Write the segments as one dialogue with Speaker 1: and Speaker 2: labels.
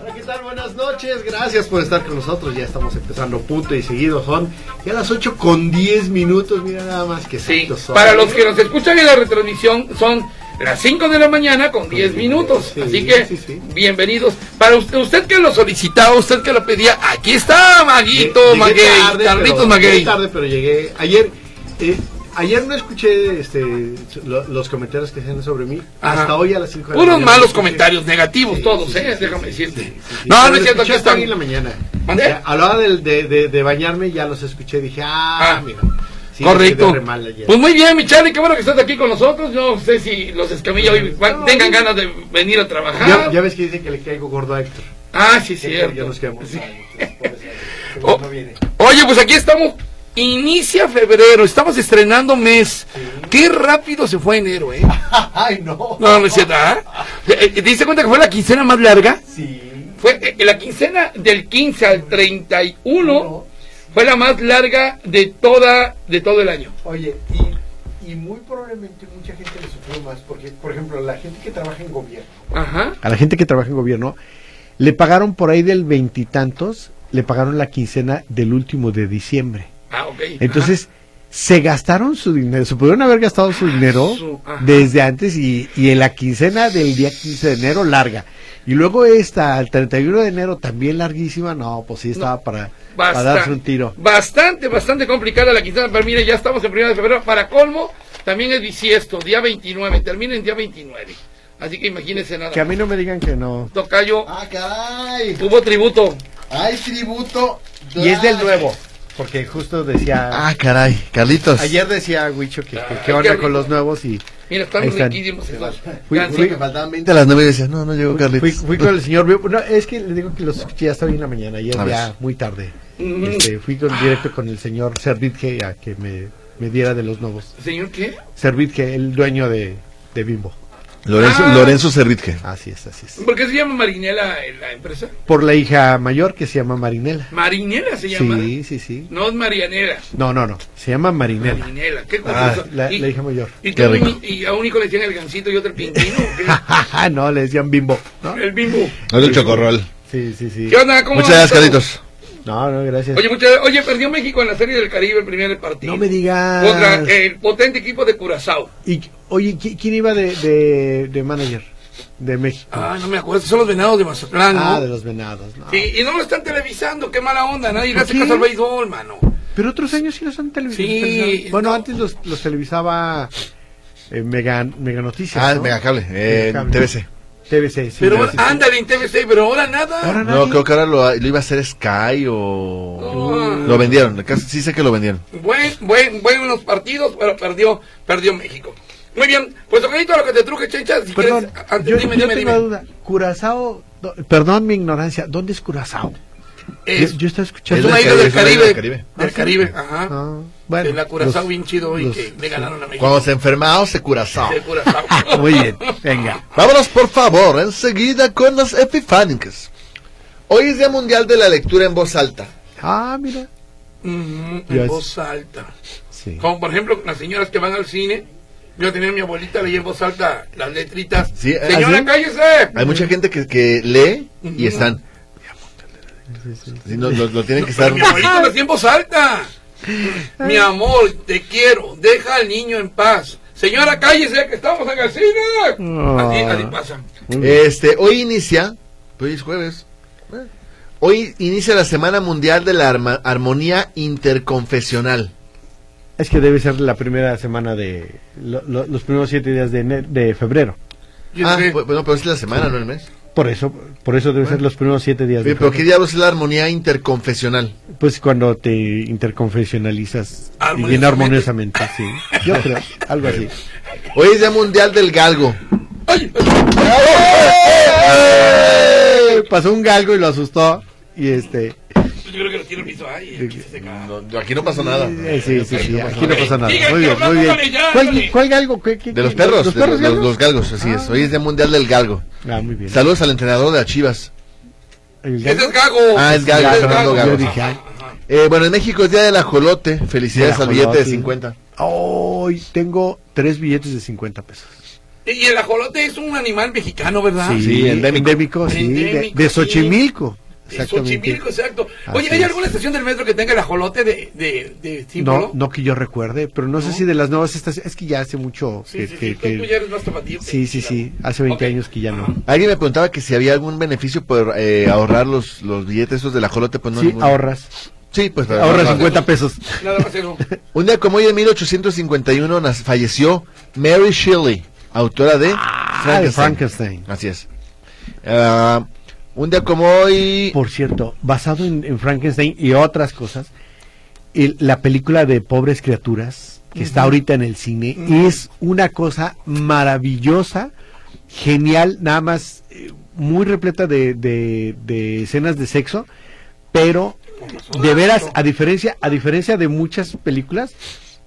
Speaker 1: Hola, ¿qué tal? Buenas noches, gracias por estar con nosotros. Ya estamos empezando punto y seguido. Son ya las 8 con 10 minutos. Mira nada más que
Speaker 2: Sí,
Speaker 1: exactos son.
Speaker 2: para los que nos escuchan en la retransmisión son las 5 de la mañana con 10 minutos.
Speaker 1: sí,
Speaker 2: Así que
Speaker 1: sí, sí.
Speaker 2: bienvenidos. Para usted, usted que lo solicitaba, usted que lo pedía, aquí está Maguito
Speaker 1: Llegué
Speaker 2: Maguey,
Speaker 1: tarde,
Speaker 2: Carlitos
Speaker 1: pero-
Speaker 2: Maguey.
Speaker 1: llegué tarde, pero llegué. Ayer, eh, ayer no escuché este, lo- los comentarios que hacían sobre mí.
Speaker 2: Ajá.
Speaker 1: Hasta hoy a las 5 de la
Speaker 2: Puros
Speaker 1: mañana.
Speaker 2: malos comentarios negativos
Speaker 1: Sí,
Speaker 2: todos,
Speaker 1: sí,
Speaker 2: ¿eh?
Speaker 1: sí,
Speaker 2: Déjame
Speaker 1: sí,
Speaker 2: decirte.
Speaker 1: sí, sí.
Speaker 2: No,
Speaker 1: Pero
Speaker 2: no es
Speaker 1: los
Speaker 2: cierto, aquí
Speaker 1: escuché hasta
Speaker 2: están.
Speaker 1: hoy en la mañana.
Speaker 2: ¿Mande?
Speaker 1: Ya, a la hora del- de, de- de bañarme ya los escuché. Dije, ah,
Speaker 2: Ah,
Speaker 1: mira. sí,
Speaker 2: Correcto.
Speaker 1: quedé re mal ayer.
Speaker 2: Pues muy bien, mi Charlie, qué bueno que estás aquí con nosotros. Yo no sé si los escamilla hoy van-
Speaker 1: No,
Speaker 2: tengan
Speaker 1: yo-
Speaker 2: ganas de venir a
Speaker 1: Ya,
Speaker 3: Ah.
Speaker 2: trabajar.
Speaker 1: ya ves que dice que le caigo gordo a Héctor.
Speaker 2: Ah, sí,
Speaker 1: Ya- Ya
Speaker 2: cierto.
Speaker 1: nos quedamos.
Speaker 2: Sí.
Speaker 1: mal, entonces, por eso,
Speaker 2: Oh.
Speaker 1: no viene.
Speaker 2: Oye, pues aquí estamos. Inicia febrero, estamos estrenando mes. Qué rápido se fue enero, ¿eh?
Speaker 1: Ay, no.
Speaker 2: No, no es cierto. ¿ah? Eh, eh, ¿Te diste cuenta que fue la quincena más larga?
Speaker 1: Sí.
Speaker 2: Fue eh, la quincena del 15 al 31 fue la más larga de toda de todo el año.
Speaker 3: Oye, y, y muy probablemente mucha gente le sufrió más, porque, por ejemplo, la gente que trabaja en gobierno,
Speaker 2: Ajá.
Speaker 1: A la gente que trabaja en gobierno, le pagaron por ahí del veintitantos, le pagaron la quincena del último de diciembre.
Speaker 2: Ah, ok. ajá.
Speaker 1: Entonces, se gastaron su dinero, se pudieron haber gastado su
Speaker 2: Ah, Su-
Speaker 1: dinero
Speaker 2: ajá.
Speaker 1: desde antes y, y en la quincena del día 15 de enero larga. Y luego esta, al 31 de enero, también larguísima, no, pues sí estaba para, para
Speaker 2: Bastan-
Speaker 1: darse un tiro.
Speaker 2: Bastante, bastante complicada la quincena, pero mire, ya estamos en primero de febrero. Para colmo, también es bisiesto, día 29, termina en día 29. Así que imagínense nada.
Speaker 1: Que a mí no me digan que no.
Speaker 2: Tocayo,
Speaker 3: ¡ah, caray!
Speaker 2: hubo tributo.
Speaker 3: ¡Hay tributo!
Speaker 1: Y es del nuevo, porque justo decía...
Speaker 4: Ah, caray, Carlitos.
Speaker 1: Ayer decía Huicho que, que, que
Speaker 2: Ay,
Speaker 1: onda
Speaker 2: qué
Speaker 1: con
Speaker 2: rico.
Speaker 1: los nuevos y
Speaker 2: Mira, están
Speaker 1: Ahí están.
Speaker 2: riquísimos esos.
Speaker 1: Fui-
Speaker 2: gansos.
Speaker 1: fui-
Speaker 3: Me faltaban 20
Speaker 4: a las 9 decía, no, no llegó
Speaker 1: fui,
Speaker 4: Carlitos.
Speaker 1: fui con el señor Bio- No, es que le digo que los escuché hasta hoy en la mañana, ayer
Speaker 4: A ver.
Speaker 1: ya muy tarde.
Speaker 2: Mm.
Speaker 1: Este, fui con, directo con el señor Servit que, a que me, me diera de los nuevos.
Speaker 2: Señor, ¿qué?
Speaker 1: Servit que el dueño de, de Bimbo.
Speaker 4: Lorenzo,
Speaker 2: Ah.
Speaker 4: Lorenzo Cerritje.
Speaker 1: Así es, así es.
Speaker 2: ¿Por qué se llama Marinela eh, la empresa?
Speaker 1: Por la hija mayor que se llama Marinela.
Speaker 2: Marinela se llama.
Speaker 1: Sí, sí, sí.
Speaker 2: No es Marianela.
Speaker 1: No, no, no. Se llama Marinela.
Speaker 2: Marinela. Qué
Speaker 1: Ah,
Speaker 2: confuso.
Speaker 1: la,
Speaker 2: y,
Speaker 1: la hija mayor.
Speaker 2: y
Speaker 4: Qué
Speaker 2: tú
Speaker 4: rico.
Speaker 2: ni- y a un hijo le decían el gancito y otro el pintino. ¿o
Speaker 1: no, le decían Bimbo. ¿no?
Speaker 2: qué? el bimbo.
Speaker 4: No el chocorrol.
Speaker 1: Sí, sí, sí.
Speaker 2: ¿Qué onda? ¿Cómo
Speaker 4: Muchas
Speaker 2: andas?
Speaker 4: gracias, Carlitos.
Speaker 1: No, no, gracias.
Speaker 2: Oye, mucha- oye, perdió México en la Serie del Caribe el primer partido.
Speaker 1: No me digas.
Speaker 2: Contra el potente equipo de Curazao.
Speaker 1: Y, oye, ¿qui- ¿quién iba de, de, de manager de México?
Speaker 2: Ah, no me acuerdo. Son los venados de Mazatlán, ¿no?
Speaker 1: Ah, de los venados. no.
Speaker 2: Sí, y no lo están televisando. Qué mala onda. Nadie le
Speaker 1: ¿Por
Speaker 2: hace
Speaker 1: qué?
Speaker 2: caso al béisbol, mano.
Speaker 1: Pero otros años sí los han televisado.
Speaker 2: Sí,
Speaker 1: televisado. bueno,
Speaker 2: no.
Speaker 1: antes los, los televisaba eh, Mega, Mega Noticias.
Speaker 4: Ah,
Speaker 1: ¿no?
Speaker 4: Megacable, eh,
Speaker 1: Megacable.
Speaker 4: TBC.
Speaker 1: TBC, sí.
Speaker 2: Pero
Speaker 1: sí,
Speaker 2: ahora-
Speaker 1: sí.
Speaker 2: ándale en TVC, pero ahora nada.
Speaker 1: Ahora
Speaker 4: No,
Speaker 1: nadie-
Speaker 4: creo que ahora lo, lo iba a hacer Sky o...
Speaker 2: No.
Speaker 4: Lo vendieron, casi- sí sé que lo vendieron.
Speaker 2: Buen, buen, buenos partidos, pero perdió, perdió México. Muy bien, pues Tocayo, a lo que te truje, Chencha, si
Speaker 1: Perdón,
Speaker 2: quieres, antes,
Speaker 1: yo,
Speaker 2: dime,
Speaker 1: yo
Speaker 2: dime,
Speaker 1: tengo
Speaker 2: dime.
Speaker 1: una duda. Curazao, do- perdón mi ignorancia, ¿dónde es Curazao? Yo,
Speaker 2: Es,
Speaker 1: yo estaba
Speaker 2: es
Speaker 1: escuchando.
Speaker 2: una
Speaker 4: del
Speaker 2: isla del
Speaker 4: Caribe, es una
Speaker 2: Caribe,
Speaker 4: isla
Speaker 2: del
Speaker 4: del
Speaker 2: Caribe,
Speaker 4: Caribe.
Speaker 2: ajá.
Speaker 1: Ah,
Speaker 2: de la Curazao
Speaker 1: los-
Speaker 2: bien chido y
Speaker 1: los-
Speaker 2: que le ganaron a México.
Speaker 4: Cuando se enfermaba, se curazao.
Speaker 2: De Curazao.
Speaker 1: Muy bien, venga.
Speaker 4: Vámonos, por favor, enseguida con las epifánicas. Hoy es Día Mundial de la Lectura en Voz Alta.
Speaker 1: Ah, mira.
Speaker 2: Ujú, en
Speaker 1: Yes.
Speaker 2: voz alta.
Speaker 1: Sí.
Speaker 2: Como por ejemplo, las señoras que van al cine, yo tenía a mi abuelita leía en voz alta las letritas.
Speaker 4: Sí, ¿ah,
Speaker 2: Señora,
Speaker 4: sí?
Speaker 2: cállese.
Speaker 4: Hay mucha gente que, que lee y están... Sí, no, lo, lo tienen que estar...
Speaker 2: Mi abuelita lo hacía en voz alta. Mi amor, te quiero. Deja al niño en paz. Señora, cállese que estamos en el cine.
Speaker 1: Ah.
Speaker 2: Así, así pasa.
Speaker 4: Este, hoy inicia, hoy es jueves, eh, hoy inicia la Semana Mundial de la Arma- Armonía Interconfesional.
Speaker 1: Es que debe ser la primera semana de lo- lo- los primeros siete días de, ene- de febrero.
Speaker 2: Yo
Speaker 4: Ah,
Speaker 2: sé.
Speaker 1: pues.
Speaker 4: bu- bueno, pero es la semana, no el mes.
Speaker 1: Por eso, por eso debe ser los primeros siete días.
Speaker 4: Oye,
Speaker 1: de
Speaker 4: pero ¿qué
Speaker 1: febrero.
Speaker 4: diablos es la armonía interconfesional?
Speaker 1: Pues cuando te interconfesionalizas
Speaker 2: Ah,
Speaker 1: y bien
Speaker 2: Armoniosamente.
Speaker 1: armoniosamente, sí. Yo creo, algo así.
Speaker 4: Hoy es Día Mundial del Galgo.
Speaker 2: Ay,
Speaker 1: Eh, Pasó un galgo y lo asustó y este
Speaker 2: yo creo que lo tiene listo. Ay, aquí se seca.
Speaker 4: No, no, aquí no pasa nada.
Speaker 1: Eh, sí, sí, sí, aquí no
Speaker 2: Ok,
Speaker 1: pasa nada.
Speaker 2: sigue,
Speaker 1: Muy bien, muy
Speaker 2: hablando,
Speaker 1: bien.
Speaker 2: dale, ya,
Speaker 1: ¿Cuelga,
Speaker 2: dale.
Speaker 1: cuelga algo? ¿Qué- qué-
Speaker 4: De los
Speaker 1: qué-
Speaker 4: perros,
Speaker 1: ¿Los
Speaker 4: de los,
Speaker 1: perros
Speaker 4: los-
Speaker 1: galgos?
Speaker 4: los galgos, Ah. así es. Hoy es Día Mundial del Galgo.
Speaker 1: Ah, muy bien.
Speaker 4: Saludos al entrenador de las Chivas.
Speaker 1: ¿El
Speaker 2: Ese es
Speaker 1: galgo?
Speaker 2: Gago.
Speaker 4: Ah, es Gago,
Speaker 2: Ese
Speaker 4: Fernando
Speaker 1: Yo
Speaker 4: Gago.
Speaker 1: dije,
Speaker 2: Ajá,
Speaker 1: ay,
Speaker 2: ajá.
Speaker 4: Eh, bueno, en México es Día del Ajolote. Felicidades
Speaker 1: El
Speaker 4: al billete de
Speaker 1: ajolote.
Speaker 4: 50.
Speaker 1: Hoy tengo tres billetes de 50 pesos.
Speaker 2: Y y el ajolote es un animal mexicano, ¿verdad?
Speaker 4: Ah, sí, endémico.
Speaker 1: sí, de-
Speaker 2: Endémico,
Speaker 1: de,
Speaker 2: sí.
Speaker 1: Xochimilco.
Speaker 2: De
Speaker 1: Exactamente.
Speaker 2: Xochimilco, exacto. Oye,
Speaker 1: Así
Speaker 2: ¿hay
Speaker 1: es.
Speaker 2: alguna estación del metro que tenga el ajolote de, de, de símbolo?
Speaker 1: No, no que yo recuerde, pero no, sé si de las nuevas estaciones. Es que ya hace mucho
Speaker 2: Sí,
Speaker 1: que.
Speaker 2: sí,
Speaker 1: que-
Speaker 2: sí, tú-
Speaker 1: que-
Speaker 2: tú ya eres más tapatío.
Speaker 1: sí, sí, sí, hace 20
Speaker 2: Ok.
Speaker 1: años que ya no.
Speaker 2: Ajá.
Speaker 4: Alguien me preguntaba que si había algún beneficio por eh, ahorrar los, los billetes esos del ajolote. Pues no
Speaker 1: sí,
Speaker 4: ninguno.
Speaker 1: ahorras.
Speaker 4: Sí, pues
Speaker 1: Ahorras 50 pesos.
Speaker 2: Nada más eso.
Speaker 4: Un día como hoy en 1851 nas- falleció Mary Shelley, autora de
Speaker 1: Ah, de Frankenstein.
Speaker 4: Así es. Ah, un día como hoy.
Speaker 1: Por cierto, basado en, en Frankenstein y otras cosas, el- la película de Pobres Criaturas, que está ahorita en el cine, es una cosa maravillosa, genial, nada más eh, muy repleta de, de- de escenas de sexo, pero de veras, a diferencia, a diferencia de muchas películas,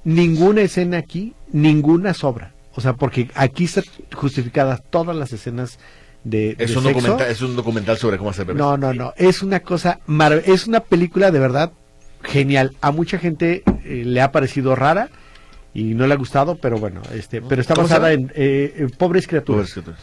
Speaker 1: ninguna escena aquí, ninguna sobra. O sea, porque aquí están justificadas todas las escenas de, de
Speaker 4: Es un,
Speaker 1: sexo.
Speaker 4: documental, es un documental sobre cómo hacer bebés.
Speaker 1: No, no, no. Es una cosa marav- Es una película de verdad genial. A mucha gente eh, le ha parecido rara y no le ha gustado, pero bueno, este, pero está
Speaker 4: ¿Cómo se
Speaker 1: basada en,
Speaker 4: llama?
Speaker 1: eh, en pobres
Speaker 4: Pobres
Speaker 1: criaturas.
Speaker 4: criaturas.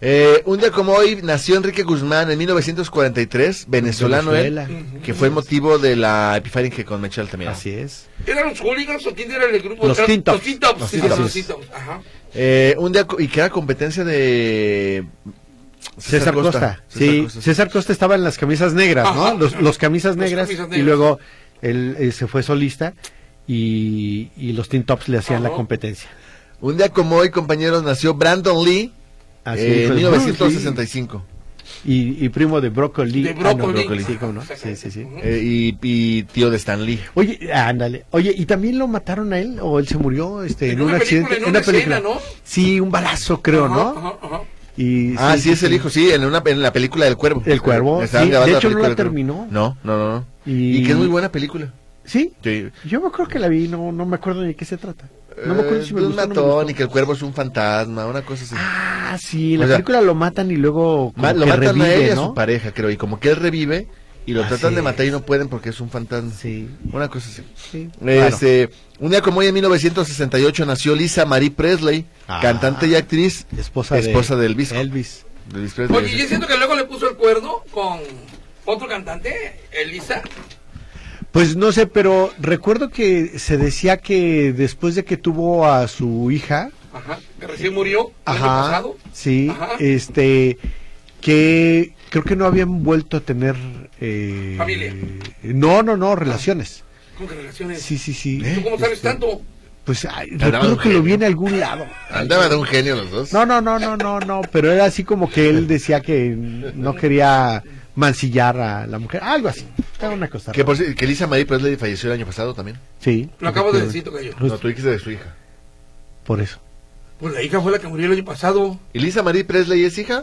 Speaker 4: Eh, un día como hoy nació Enrique Guzmán en 1943, venezolano él,
Speaker 1: Venezuela.
Speaker 4: que fue motivo de la Epifanía que con Mechel también.
Speaker 1: Así es.
Speaker 2: ¿Eran los hooligans o quién era el grupo?
Speaker 1: Los
Speaker 2: Eran-
Speaker 1: Teen Tops.
Speaker 2: Los Tintops.
Speaker 4: Los
Speaker 2: Los
Speaker 4: Teen
Speaker 2: Tintops.
Speaker 4: Tops.
Speaker 2: Los Teen Tops, Ajá.
Speaker 4: Eh, un día co- y que era competencia de
Speaker 1: César, Costa. Sí, César Costa estaba en las camisas negras, ¿no?
Speaker 2: Ajá.
Speaker 1: Los, los camisas
Speaker 2: Los
Speaker 1: negras.
Speaker 2: camisas
Speaker 1: Y
Speaker 2: negras.
Speaker 1: luego él eh, se fue solista y, y los Teen Tops le hacían la
Speaker 2: Ajá.
Speaker 1: competencia.
Speaker 4: Un día como hoy, compañeros, nació Brandon Lee
Speaker 1: Así
Speaker 4: eh,
Speaker 1: dijo
Speaker 4: en
Speaker 1: el-
Speaker 4: 1965.
Speaker 1: Y, y primo de Broccoli.
Speaker 2: De
Speaker 1: Ah, no,
Speaker 2: Broccoli.
Speaker 1: Sí, cómo no. Sí, sí, sí.
Speaker 4: eh, y, y tío de Stan Lee.
Speaker 1: Oye, ándale. Oye, ¿y también lo mataron a él o él se murió este, en, un accidente?
Speaker 2: película, en una escena, ¿no?
Speaker 1: Sí, un balazo, creo, ¿no?
Speaker 2: Ajá, ajá, ajá.
Speaker 1: Y,
Speaker 4: Ah, sí, es el hijo, sí, en, una, en la película del cuervo.
Speaker 1: El cuervo,
Speaker 4: Estaban
Speaker 1: sí,
Speaker 4: grabando
Speaker 1: de hecho, no
Speaker 4: película
Speaker 1: la
Speaker 4: del cuervo.
Speaker 1: terminó.
Speaker 4: No, no, no. no.
Speaker 1: Y-
Speaker 4: Y... que es muy buena película.
Speaker 1: Sí,
Speaker 4: Sí.
Speaker 1: yo me acuerdo que la vi, no, no me acuerdo ni de qué se trata. No me acuerdo
Speaker 4: Eh,
Speaker 1: si me
Speaker 4: de un
Speaker 1: gustó, o no me
Speaker 4: matón
Speaker 1: gustó.
Speaker 4: y que el cuervo es un fantasma, una cosa así.
Speaker 1: Ah, sí, en la
Speaker 4: O sea,
Speaker 1: película lo matan y luego como
Speaker 4: Ma- lo
Speaker 1: que
Speaker 4: matan a
Speaker 1: revive,
Speaker 4: él y a
Speaker 1: ¿no?
Speaker 4: su pareja, creo. Y como que él revive y lo
Speaker 1: Así
Speaker 4: tratan de matar y
Speaker 1: es.
Speaker 4: no pueden porque es un fantasma.
Speaker 1: Sí,
Speaker 4: Una cosa así.
Speaker 1: sí. claro.
Speaker 4: Este, un día como hoy en 1968 nació Lisa Marie Presley,
Speaker 1: Ah.
Speaker 4: cantante y actriz,
Speaker 1: Esposa, de-
Speaker 4: esposa del Elvis.
Speaker 1: Elvis.
Speaker 4: de Elvis Presley.
Speaker 2: Oye, yo siento que luego le puso el cuerno con otro cantante, Elisa.
Speaker 1: Pues no sé, pero recuerdo que se decía que después de que tuvo a su hija,
Speaker 2: Ajá. Que recién murió. el año
Speaker 1: Ajá,
Speaker 2: pasado.
Speaker 1: sí,
Speaker 2: Ajá.
Speaker 1: este, que creo que no habían vuelto a tener... eh,
Speaker 2: Familia.
Speaker 1: No, no, no, relaciones.
Speaker 2: ¿Cómo que relaciones?
Speaker 1: Sí, sí, sí.
Speaker 2: ¿Tú cómo sabes
Speaker 1: Este,
Speaker 2: tanto?
Speaker 1: Pues ay,
Speaker 4: Andaba
Speaker 1: recuerdo
Speaker 4: de
Speaker 1: que lo vi
Speaker 4: genio.
Speaker 1: en algún lado.
Speaker 4: Andaba de un genio los dos.
Speaker 1: No, no, no, no, no, no, pero era así como que él decía que no quería mancillar a la mujer, algo así. Era una cosa.
Speaker 4: Que,
Speaker 1: rara.
Speaker 4: por ci- que Lisa Marie Presley falleció el año pasado también.
Speaker 1: Sí.
Speaker 2: Lo acabo de decir, tocayo.
Speaker 1: Justo.
Speaker 4: No, tú dijiste de su hija.
Speaker 1: Por eso.
Speaker 2: Pues la hija fue la que murió el año pasado.
Speaker 4: ¿Y Lisa Marie Presley es hija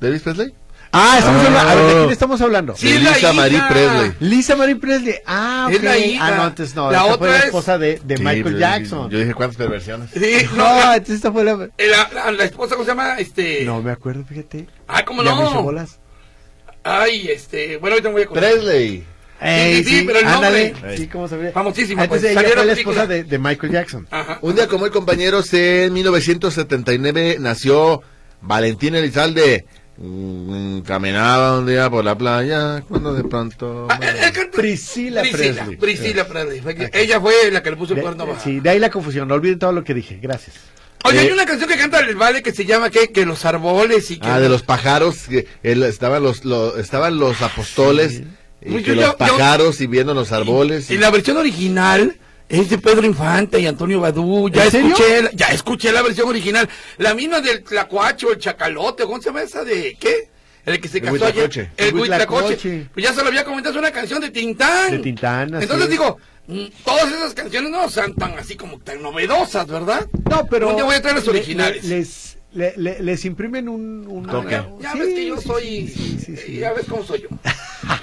Speaker 4: de Elvis Presley?
Speaker 1: Ah, estamos
Speaker 4: Ah.
Speaker 1: hablando, a ver, ¿de quién estamos hablando?
Speaker 2: Sí,
Speaker 4: de
Speaker 2: es la
Speaker 4: Lisa
Speaker 2: hija.
Speaker 4: Marie Presley.
Speaker 1: Lisa Marie Presley. Ah,
Speaker 2: Es
Speaker 1: ok.
Speaker 2: la hija.
Speaker 1: Ah, no, antes no.
Speaker 2: La
Speaker 1: esta fue
Speaker 2: otra
Speaker 1: la
Speaker 2: es-
Speaker 1: esposa de, de
Speaker 4: Sí,
Speaker 1: Michael
Speaker 4: yo-
Speaker 1: Jackson.
Speaker 4: Yo dije cuántas perversiones.
Speaker 2: Sí, no.
Speaker 1: no,
Speaker 2: la-
Speaker 1: entonces esta fue la...
Speaker 2: La, la- la esposa, ¿cómo se llama? Este.
Speaker 1: No me acuerdo, fíjate.
Speaker 2: Ah, ¿cómo
Speaker 1: Ya me hice
Speaker 2: no?
Speaker 1: bolas.
Speaker 2: Ay, este. Bueno, ahorita me voy a acordar.
Speaker 4: Presley.
Speaker 1: Ey,
Speaker 2: sí, pero el
Speaker 1: ándale.
Speaker 4: nombre.
Speaker 1: Sí, cómo se ve.
Speaker 2: Famosísima,
Speaker 1: Antes
Speaker 2: pues,
Speaker 1: de ella
Speaker 2: salió
Speaker 1: fue
Speaker 2: la
Speaker 1: la
Speaker 2: película. Ah,
Speaker 1: esposa de, de Michael Jackson.
Speaker 2: Ajá.
Speaker 4: Un día como hoy, compañeros, en 1979 nació Valentín Elizalde. Mm, caminaba un día por la playa cuando de pronto...
Speaker 2: Ah, el- el cantante-
Speaker 1: Oh, Priscila Presley.
Speaker 2: Priscila Presley. Fue que- Ella fue la que le puso el
Speaker 1: De-
Speaker 2: cuerno bajo.
Speaker 1: sí, de ahí la confusión. No olviden todo lo que dije. Gracias.
Speaker 2: Oye, hay
Speaker 4: Eh.
Speaker 2: una canción que canta el vale que se llama ¿qué? Que los árboles y que.
Speaker 4: Ah, de los pájaros, que él- estaban los, lo- estaban los apóstoles, y
Speaker 2: Pues
Speaker 4: que
Speaker 2: yo-
Speaker 4: los
Speaker 2: yo-
Speaker 4: pájaros y viendo los árboles. y-
Speaker 2: En la versión original es de Pedro Infante y Antonio Badú. Ya
Speaker 1: ¿En serio?
Speaker 2: escuché, la- ya escuché la versión original. La misma del Tlacuacho, el Chacalote, ¿cómo se llama esa de qué? El que se
Speaker 4: El
Speaker 2: casó ayer.
Speaker 4: Huitlacoche.
Speaker 2: El
Speaker 1: El
Speaker 2: Huitlacoche.
Speaker 1: Huitlacoche.
Speaker 2: Pues ya se lo había comentado, es una canción de Tintán.
Speaker 1: De Tintán, así
Speaker 2: Entonces
Speaker 1: es.
Speaker 2: digo, mm, todas esas canciones no son tan así como tan novedosas, ¿verdad?
Speaker 1: No, pero.
Speaker 2: Un día voy a traer los
Speaker 1: le- le-
Speaker 2: originales.
Speaker 1: les, le- le- les imprimen un. un
Speaker 2: Ah, ya ya
Speaker 1: Sí,
Speaker 2: ves que yo
Speaker 1: sí,
Speaker 2: soy.
Speaker 1: sí, sí, sí.
Speaker 2: Ya ves cómo soy yo.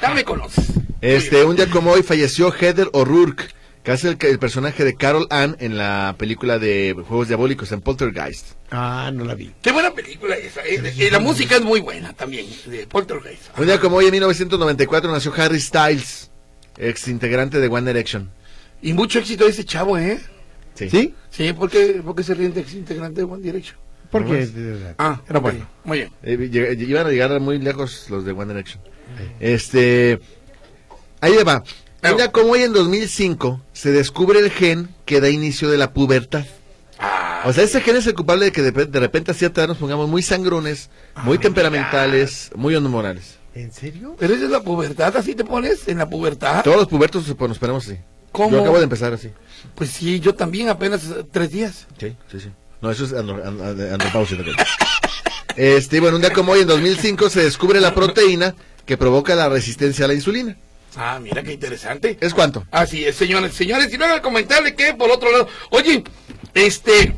Speaker 2: Ya me conoces.
Speaker 4: Este, un día como hoy falleció Heather O'Rourke, que hace el, el personaje de Carol Ann en la película de Juegos Diabólicos en Poltergeist.
Speaker 1: Ah, no la vi.
Speaker 2: Qué buena película esa. eh, Y la música es muy buena también, de Poltergeist.
Speaker 4: Un día como hoy, en 1994, nació Harry Styles, ex integrante de One Direction.
Speaker 2: Y mucho éxito ese chavo, ¿eh?
Speaker 4: Sí.
Speaker 1: ¿Sí?
Speaker 2: Sí, porque, porque se ríen de integrante de One Direction.
Speaker 1: Porque
Speaker 2: Ah,
Speaker 1: era
Speaker 2: ok,
Speaker 1: bueno.
Speaker 2: Muy bien.
Speaker 4: Eh, lleg- iban a llegar muy lejos los de One Direction. Este. Ahí le va.
Speaker 2: Pero-
Speaker 4: Un día como hoy, en 2005, se descubre el gen que da inicio de la pubertad.
Speaker 2: Ah,
Speaker 4: O sea, ese gen es el culpable de que de, de repente a cierta edad nos pongamos muy sangrones, muy temperamentales, muy hormonales.
Speaker 1: ¿En serio?
Speaker 2: pero esa es la pubertad, así te pones en la pubertad.
Speaker 4: Todos los pubertos se pon- nos ponemos así.
Speaker 2: ¿Cómo?
Speaker 4: Yo acabo de empezar así.
Speaker 2: Pues sí, yo también apenas eh, tres días.
Speaker 4: Sí, sí, sí. No, eso es andro- and- and- andropausia, creo. Este, bueno, un día como hoy, en 2005, se descubre la proteína que provoca la resistencia a la insulina.
Speaker 2: Ah, mira qué interesante.
Speaker 4: ¿Es cuánto?
Speaker 2: Así es, señores, señores, y luego comentarle que por otro lado, oye, este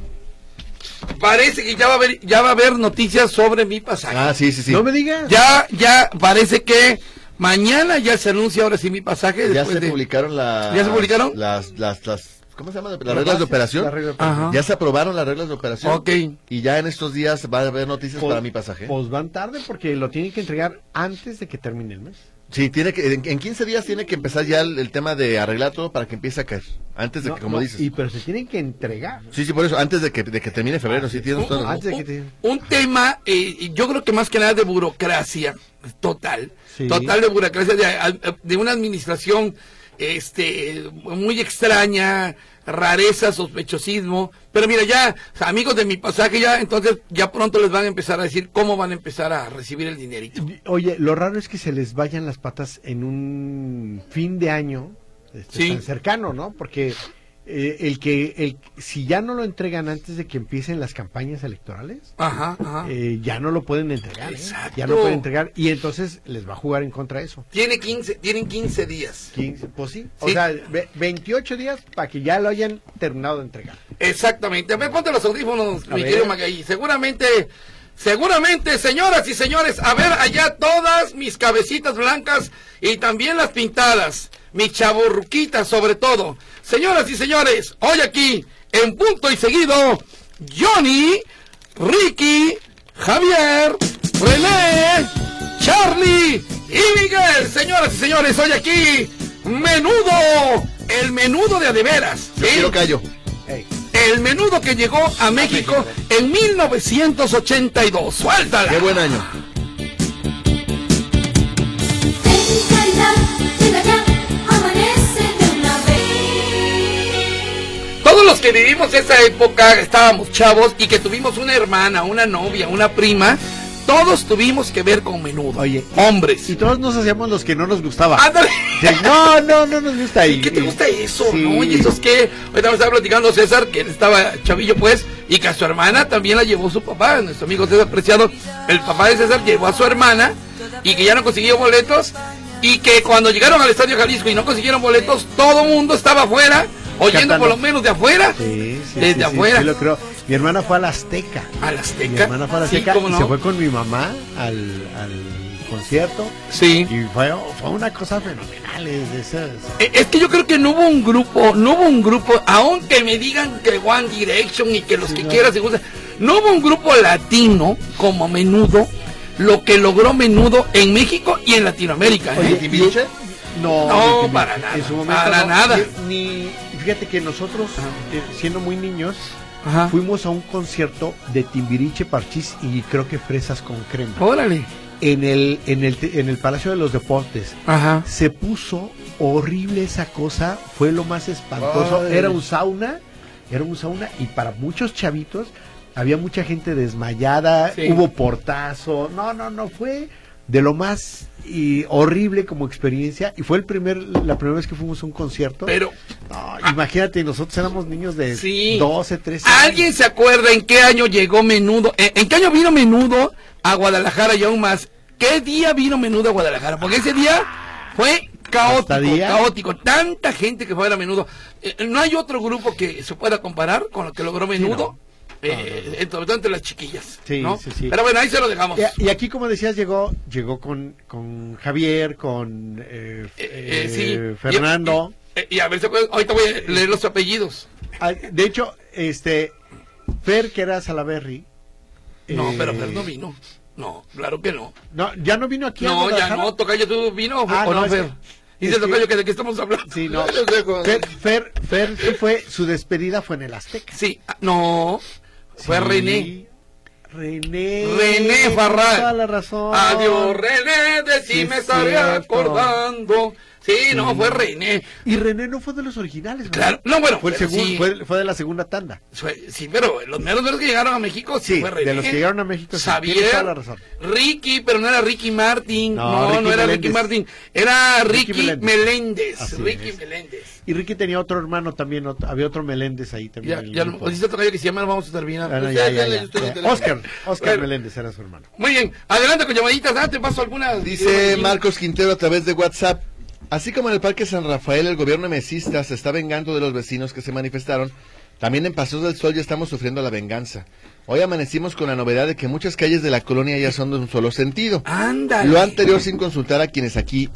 Speaker 2: parece que ya va a haber, ya va a haber noticias sobre mi pasaje.
Speaker 4: Ah, sí, sí, sí.
Speaker 1: No me digas.
Speaker 2: Ya, ya parece que mañana ya se anuncia ahora sí mi pasaje.
Speaker 4: Ya
Speaker 2: después
Speaker 4: se
Speaker 2: de-
Speaker 4: publicaron las...
Speaker 2: ¿Ya se publicaron?
Speaker 4: Las, las, las... ¿Cómo se llama? Las reglas de operación.
Speaker 1: La regla de
Speaker 2: Ajá.
Speaker 4: Ya se aprobaron las reglas de operación.
Speaker 2: Ok.
Speaker 4: Y ya en estos días va a haber noticias
Speaker 1: Pues-
Speaker 4: para mi pasaje.
Speaker 1: Pues van tarde porque lo tienen que entregar antes de que termine el mes.
Speaker 4: Sí, tiene que, en, en 15 días tiene que empezar ya el, el tema de arreglar todo para que empiece a caer. Antes de
Speaker 1: No,
Speaker 4: que, como
Speaker 1: no,
Speaker 4: dices.
Speaker 1: Y pero se tienen que entregar.
Speaker 4: Sí, sí, por eso, antes de que, de que termine febrero, sí, tienes todo.
Speaker 1: Antes de que te-
Speaker 2: un, un tema, eh, y yo creo que más que nada de burocracia total,
Speaker 1: Sí.
Speaker 2: total de burocracia, de, de una administración este muy extraña, rareza, sospechosismo. Pero mira, ya, amigos de mi pasaje, ya entonces ya pronto les van a empezar a decir cómo van a empezar a recibir el dinerito.
Speaker 1: Oye, lo raro es que se les vayan las patas en un fin de año este,
Speaker 2: Sí.
Speaker 1: tan cercano, ¿no? Porque eh, el que el, si ya no lo entregan antes de que empiecen las campañas electorales,
Speaker 2: Ajá, ajá.
Speaker 1: eh, ya no lo pueden entregar. ¿eh?
Speaker 2: Ah. Exacto.
Speaker 1: Ya no pueden entregar y entonces les va a jugar en contra eso.
Speaker 2: Tiene 15, tienen 15 días.
Speaker 1: 15, pues sí, o
Speaker 2: Sí.
Speaker 1: sea, ve- 28 días para que ya lo hayan terminado de entregar.
Speaker 2: Exactamente. A ver, ponte los audífonos,
Speaker 1: A
Speaker 2: mi
Speaker 1: ver.
Speaker 2: querido Magallí. Seguramente, seguramente, señoras y señores, a ver allá todas mis cabecitas blancas y también las pintadas, mis chaburruquitas sobre todo. Señoras y señores, hoy aquí, en punto y seguido, Johnny, Ricky, Javier, René, Charlie y Miguel. Señoras y señores, hoy aquí, menudo, el menudo de adeveras.
Speaker 4: Yo quiero callo.
Speaker 1: Ey,
Speaker 2: El menudo que llegó a México en 1982. Suéltala.
Speaker 4: Qué buen año.
Speaker 5: Navidad, llega ya, amanece de una vez.
Speaker 2: Todos los que vivimos esa época, estábamos chavos y que tuvimos una hermana, una novia, una prima, todos tuvimos que ver con menudo.
Speaker 1: Oye.
Speaker 2: hombres.
Speaker 1: Y todos nos hacíamos los que no nos gustaba.
Speaker 2: Ándale.
Speaker 1: Sí, No, no, no nos gusta.
Speaker 2: ¿Y qué te gusta eso?
Speaker 1: Sí.
Speaker 2: ¿No? ¿Y eso es que Ahorita me estaba platicando César, que él estaba chavillo, pues, y que a su hermana también la llevó su papá, nuestro amigo César Preciado. El papá de César llevó a su hermana y que ya no consiguió boletos. Y que cuando llegaron al Estadio Jalisco y no consiguieron boletos, todo mundo estaba afuera, oyendo
Speaker 1: Cantando.
Speaker 2: por lo menos de afuera,
Speaker 1: Sí, sí,
Speaker 2: desde
Speaker 1: sí, sí,
Speaker 2: afuera,
Speaker 1: sí lo creo. Mi hermana fue a la Azteca.
Speaker 2: a la Azteca.
Speaker 1: Mi hermana fue a la
Speaker 2: Sí,
Speaker 1: Azteca
Speaker 2: cómo
Speaker 1: y
Speaker 2: no.
Speaker 1: se fue con mi mamá al, al concierto.
Speaker 2: Sí.
Speaker 1: Y fue, fue una cosa fenomenal. Es, de esas.
Speaker 2: Eh, Es que yo creo que no hubo un grupo, no hubo un grupo, aunque me digan que One Direction y que los que quieras y gustan, no hubo un grupo latino como menudo, lo que logró menudo en México y en Latinoamérica. ¿eh?
Speaker 1: Oye,
Speaker 4: ¿Y Timbiriche?
Speaker 1: No,
Speaker 2: No,
Speaker 1: ni- ni-
Speaker 2: para
Speaker 1: en
Speaker 2: nada,
Speaker 1: su momento
Speaker 2: para
Speaker 1: no.
Speaker 2: nada.
Speaker 1: Ni, ni- fíjate que nosotros, eh, siendo muy niños,
Speaker 2: Ajá.
Speaker 1: fuimos a un concierto de Timbiriche Parchís y creo que Fresas con Crema.
Speaker 2: Órale.
Speaker 1: En el, en el, te- en el Palacio de los Deportes.
Speaker 2: Ajá.
Speaker 1: Se puso horrible esa cosa, fue lo más espantoso.
Speaker 4: Ay.
Speaker 1: Era un sauna, era un sauna y para muchos chavitos había mucha gente desmayada,
Speaker 2: Sí.
Speaker 1: hubo portazo. No, no, no, fue de lo más y, horrible como experiencia y fue el primer la primera vez que fuimos a un concierto.
Speaker 2: Pero
Speaker 1: No, imagínate, nosotros éramos niños de
Speaker 2: Sí.
Speaker 1: 12, 13 años.
Speaker 2: ¿Alguien se acuerda en qué año llegó Menudo? Eh, ¿En qué año vino Menudo a Guadalajara y aún más? ¿Qué día vino Menudo a Guadalajara? Porque ese día fue caótico,
Speaker 1: ¿Hasta día?
Speaker 2: caótico. Tanta eh, gente que fue a ver a Menudo. Eh, no hay otro grupo que se pueda comparar con lo que logró Menudo eh, en sobre todo entre las chiquillas.
Speaker 1: Sí,
Speaker 2: ¿no?
Speaker 1: sí, sí.
Speaker 2: Pero bueno, ahí se lo dejamos.
Speaker 1: Y, y aquí, como decías, llegó llegó con, con Javier, con eh,
Speaker 2: Eh, eh,
Speaker 1: eh,
Speaker 2: sí. eh,
Speaker 1: Fernando.
Speaker 2: Y, y- y a ver si acuerdan, ahorita voy a leer los apellidos.
Speaker 1: Ah, De hecho, este Fer, que era Salaberry.
Speaker 2: No,
Speaker 1: eh,
Speaker 2: pero Fer no vino. No, claro que no.
Speaker 1: no, ya no vino aquí. a
Speaker 2: No, ya
Speaker 1: Guadalajara?
Speaker 2: no, Tocayo, tú vino
Speaker 1: Ah,
Speaker 2: o no,
Speaker 1: no, es
Speaker 2: Fer.
Speaker 1: que- es
Speaker 2: Dice
Speaker 1: que-
Speaker 2: Tocayo que de qué estamos hablando.
Speaker 1: Sí, no.
Speaker 4: Los dejo.
Speaker 1: Fer, Fer, Fer sí fue, su despedida fue en el Azteca.
Speaker 2: Sí, ah, no. Fue
Speaker 1: Sí.
Speaker 2: René.
Speaker 1: René.
Speaker 2: René Farral.
Speaker 1: Toda la razón.
Speaker 2: Adiós, René, de si
Speaker 1: Sí,
Speaker 2: me
Speaker 1: es
Speaker 2: estaré
Speaker 1: cierto.
Speaker 2: acordando. Sí, no, fue René.
Speaker 1: Y René no fue de los originales. ¿no?
Speaker 2: Claro, no, bueno,
Speaker 1: Fue, el
Speaker 2: pero
Speaker 1: segun-
Speaker 2: sí.
Speaker 1: fue, fue de la segunda tanda.
Speaker 2: Fue- Sí, pero los meros de los que llegaron a México sí,
Speaker 1: Sí,
Speaker 2: fue René.
Speaker 1: de los que llegaron a México, sí, tienes toda la
Speaker 2: Xavier,
Speaker 1: razón.
Speaker 2: Ricky, pero no era Ricky Martin. No,
Speaker 1: No,
Speaker 2: no,
Speaker 1: Ricky
Speaker 2: era Ricky
Speaker 1: Meléndez.
Speaker 2: Martin. Era
Speaker 1: Ricky
Speaker 2: Ricky, Meléndez.
Speaker 1: Meléndez. Así
Speaker 2: Ricky
Speaker 1: es.
Speaker 2: Meléndez.
Speaker 1: Y Ricky tenía otro hermano también, ot- había otro Meléndez ahí también.
Speaker 2: Ya,
Speaker 1: en el
Speaker 2: ya,
Speaker 1: grupo.
Speaker 2: lo- dice Tocayo que si ya me lo vamos a terminar.
Speaker 1: pues. Ah, no,
Speaker 2: Pues
Speaker 1: ya,
Speaker 2: ya,
Speaker 1: ya,
Speaker 2: ya,
Speaker 1: ya.
Speaker 2: usted-
Speaker 1: Ya. Oscar, Oscar
Speaker 2: Bueno.
Speaker 1: Meléndez era su hermano.
Speaker 2: Muy bien, adelante con llamaditas. Ah, te paso algunas.
Speaker 4: Dice Marcos Quintero a través de WhatsApp. Así como en el Parque San Rafael el gobierno mesista se está vengando de los vecinos que se manifestaron, también en Pasos del Sol ya estamos sufriendo la venganza. Hoy amanecimos con la novedad de que muchas calles de la colonia ya son de un solo sentido.
Speaker 2: Ándale.
Speaker 4: Lo anterior sin consultar a quienes aquí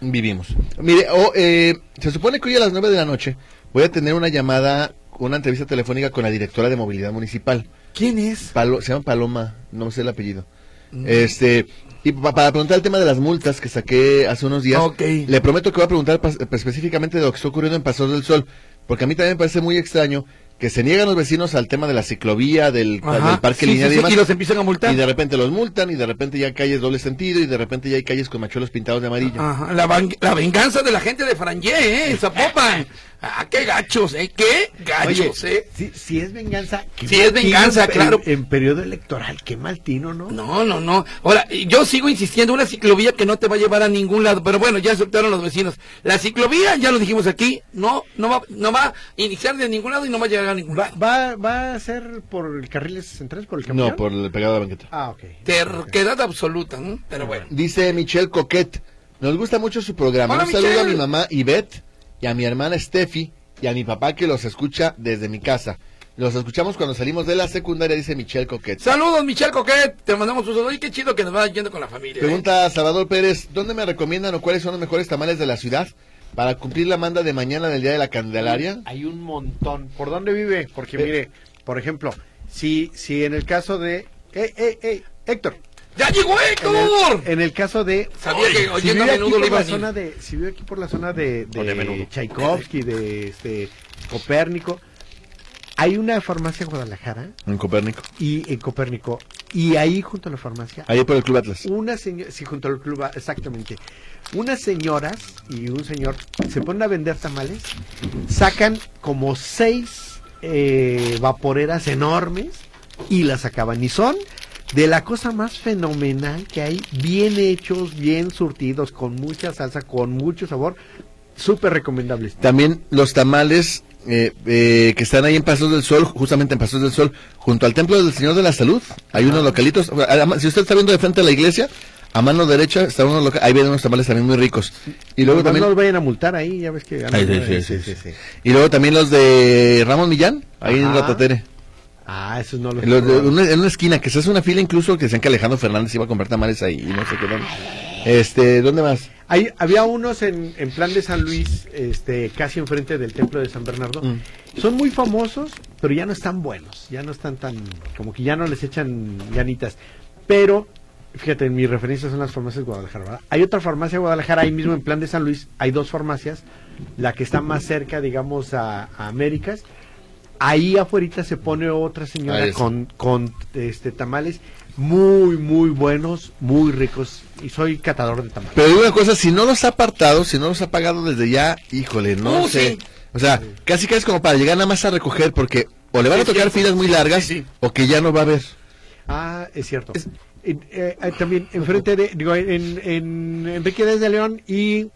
Speaker 4: vivimos. Mire, o, eh, se supone que hoy a las 9 de la noche voy a tener una llamada, una entrevista telefónica con la directora de movilidad municipal.
Speaker 2: ¿Quién es?
Speaker 4: Palo- se llama Paloma, no sé el apellido.
Speaker 2: Mm.
Speaker 4: Este, y pa- para preguntar el tema de las multas que saqué hace unos días,
Speaker 2: Ok.
Speaker 4: le prometo que voy a preguntar pas- eh, específicamente de lo que está ocurriendo en Pasos del Sol, porque a mí también me parece muy extraño que se niegan los vecinos al tema de la ciclovía, del,
Speaker 2: Ajá,
Speaker 4: del
Speaker 2: sí,
Speaker 4: parque lineal
Speaker 2: sí, sí,
Speaker 4: y demás.
Speaker 2: y los empiezan a multar.
Speaker 4: Y de repente los multan, y de repente ya hay calles doble sentido, y de repente ya hay calles con machuelos pintados de amarillo.
Speaker 2: Ajá, la, van- la venganza de la gente de Frangé, ¿eh? En Zapopan. Ah, qué gachos, ¿eh? Qué gachos, ¿eh?
Speaker 1: si, Ah, si es venganza, qué
Speaker 2: Si es
Speaker 1: mal tino
Speaker 2: venganza,
Speaker 1: en-
Speaker 2: claro.
Speaker 1: En, en periodo electoral, qué mal tino, ¿no?
Speaker 2: No, no, no. Ahora, yo sigo insistiendo, una ciclovía que no te va a llevar a ningún lado, pero bueno, ya aceptaron los vecinos. La ciclovía, ya lo dijimos aquí, no, no va, no va a iniciar de ningún lado y no va a llegar a ningún
Speaker 1: Va,
Speaker 2: lado.
Speaker 1: va, va a ser por el carril 63, por el camión.
Speaker 4: no, por el pegado de la banqueta.
Speaker 1: Ah, ok.
Speaker 2: Terquedad absoluta, ¿no? Pero bueno.
Speaker 4: Dice Michelle Coquet, nos gusta mucho su programa.
Speaker 2: Hola,
Speaker 4: Un saludo a
Speaker 2: Michelle.
Speaker 4: mi mamá Ivette y a mi hermana Steffi y a mi papá que los escucha desde mi casa. Los escuchamos cuando salimos de la secundaria, dice Michelle Coquet.
Speaker 2: Saludos, Michelle Coquet, te mandamos un saludo y qué chido que nos va yendo con la familia. ¿eh?
Speaker 4: Pregunta a Salvador Pérez, ¿dónde me recomiendan o cuáles son los mejores tamales de la ciudad para cumplir la manda de mañana del Día de la Candelaria?
Speaker 1: Hay un montón. ¿Por dónde vive? Porque
Speaker 4: Eh.
Speaker 1: mire, por ejemplo, si, si en el caso de... ¡Ey, ey, ey! Héctor.
Speaker 2: ¡Ya llegó
Speaker 1: En el,
Speaker 2: Héctor!
Speaker 1: en el caso de...
Speaker 2: Sabía que
Speaker 1: si
Speaker 2: oyendo
Speaker 1: vive
Speaker 2: a
Speaker 1: aquí
Speaker 2: menudo le
Speaker 1: por
Speaker 2: iba a
Speaker 1: la
Speaker 2: venir.
Speaker 1: zona de si vive aquí por la zona de, de,
Speaker 4: O de Menudo.
Speaker 1: Tchaikovsky de este Copérnico hay una farmacia en Guadalajara
Speaker 4: En Copérnico.
Speaker 1: y en Copérnico y ahí junto a la farmacia
Speaker 4: Ahí por el Club Atlas.
Speaker 1: una señora sí junto al club ah, exactamente unas señoras y un señor se ponen a vender tamales sacan como seis eh, vaporeras enormes y las sacaban y son de la cosa más fenomenal que hay bien hechos bien surtidos con mucha salsa con mucho sabor súper recomendables
Speaker 4: También los tamales eh, eh, que están ahí en Pasos del Sol, justamente en Pasos del Sol, junto al Templo del Señor de la Salud. Hay unos localitos. o sea, a la ma- Si usted está viendo de frente a la iglesia, a mano derecha, está uno loca- ahí vienen unos tamales también muy ricos. Y luego
Speaker 1: Nomás
Speaker 4: también.
Speaker 1: no los vayan a multar ahí ya ves que
Speaker 4: Ay, sí, sí, sí, sí, sí. Y luego también los de Ramón Millán, ahí en
Speaker 1: Ajá.
Speaker 4: Ratatere.
Speaker 1: ah esos no los,
Speaker 4: En, los de- en una, en una esquina, que se hace una fila incluso que decían que Alejandro Fernández iba a comprar tamales ahí y no sé qué dónde. Este, ¿dónde más?
Speaker 1: Ahí había unos en, en plan de San Luis, este, casi enfrente del templo de San Bernardo.
Speaker 4: Mm.
Speaker 1: Son muy famosos, pero ya no están buenos, ya no están tan, como que ya no les echan ganitas. Pero, fíjate, mis referencias son las farmacias de Guadalajara. ¿verdad? Hay otra farmacia de Guadalajara, ahí mismo en plan de San Luis, hay dos farmacias, la que está más cerca, digamos, a, a Américas. Ahí afuera se pone otra
Speaker 4: Ahí
Speaker 1: señora
Speaker 4: está.
Speaker 1: con, con este tamales muy, muy buenos, muy ricos. Y soy catador de tamales.
Speaker 4: Pero digo una cosa, si no los ha apartado, si no los ha pagado desde ya, híjole, no
Speaker 2: Uh,
Speaker 4: sé.
Speaker 2: sí.
Speaker 4: O sea, casi casi como para llegar nada más a recoger porque o le van a
Speaker 2: Sí,
Speaker 4: tocar
Speaker 2: sí,
Speaker 4: filas muy largas
Speaker 2: sí, sí.
Speaker 4: o que ya no va a haber.
Speaker 1: Ah, es cierto. En- eh, eh, también enfrente de, digo, en, en Enrique Díaz de León y...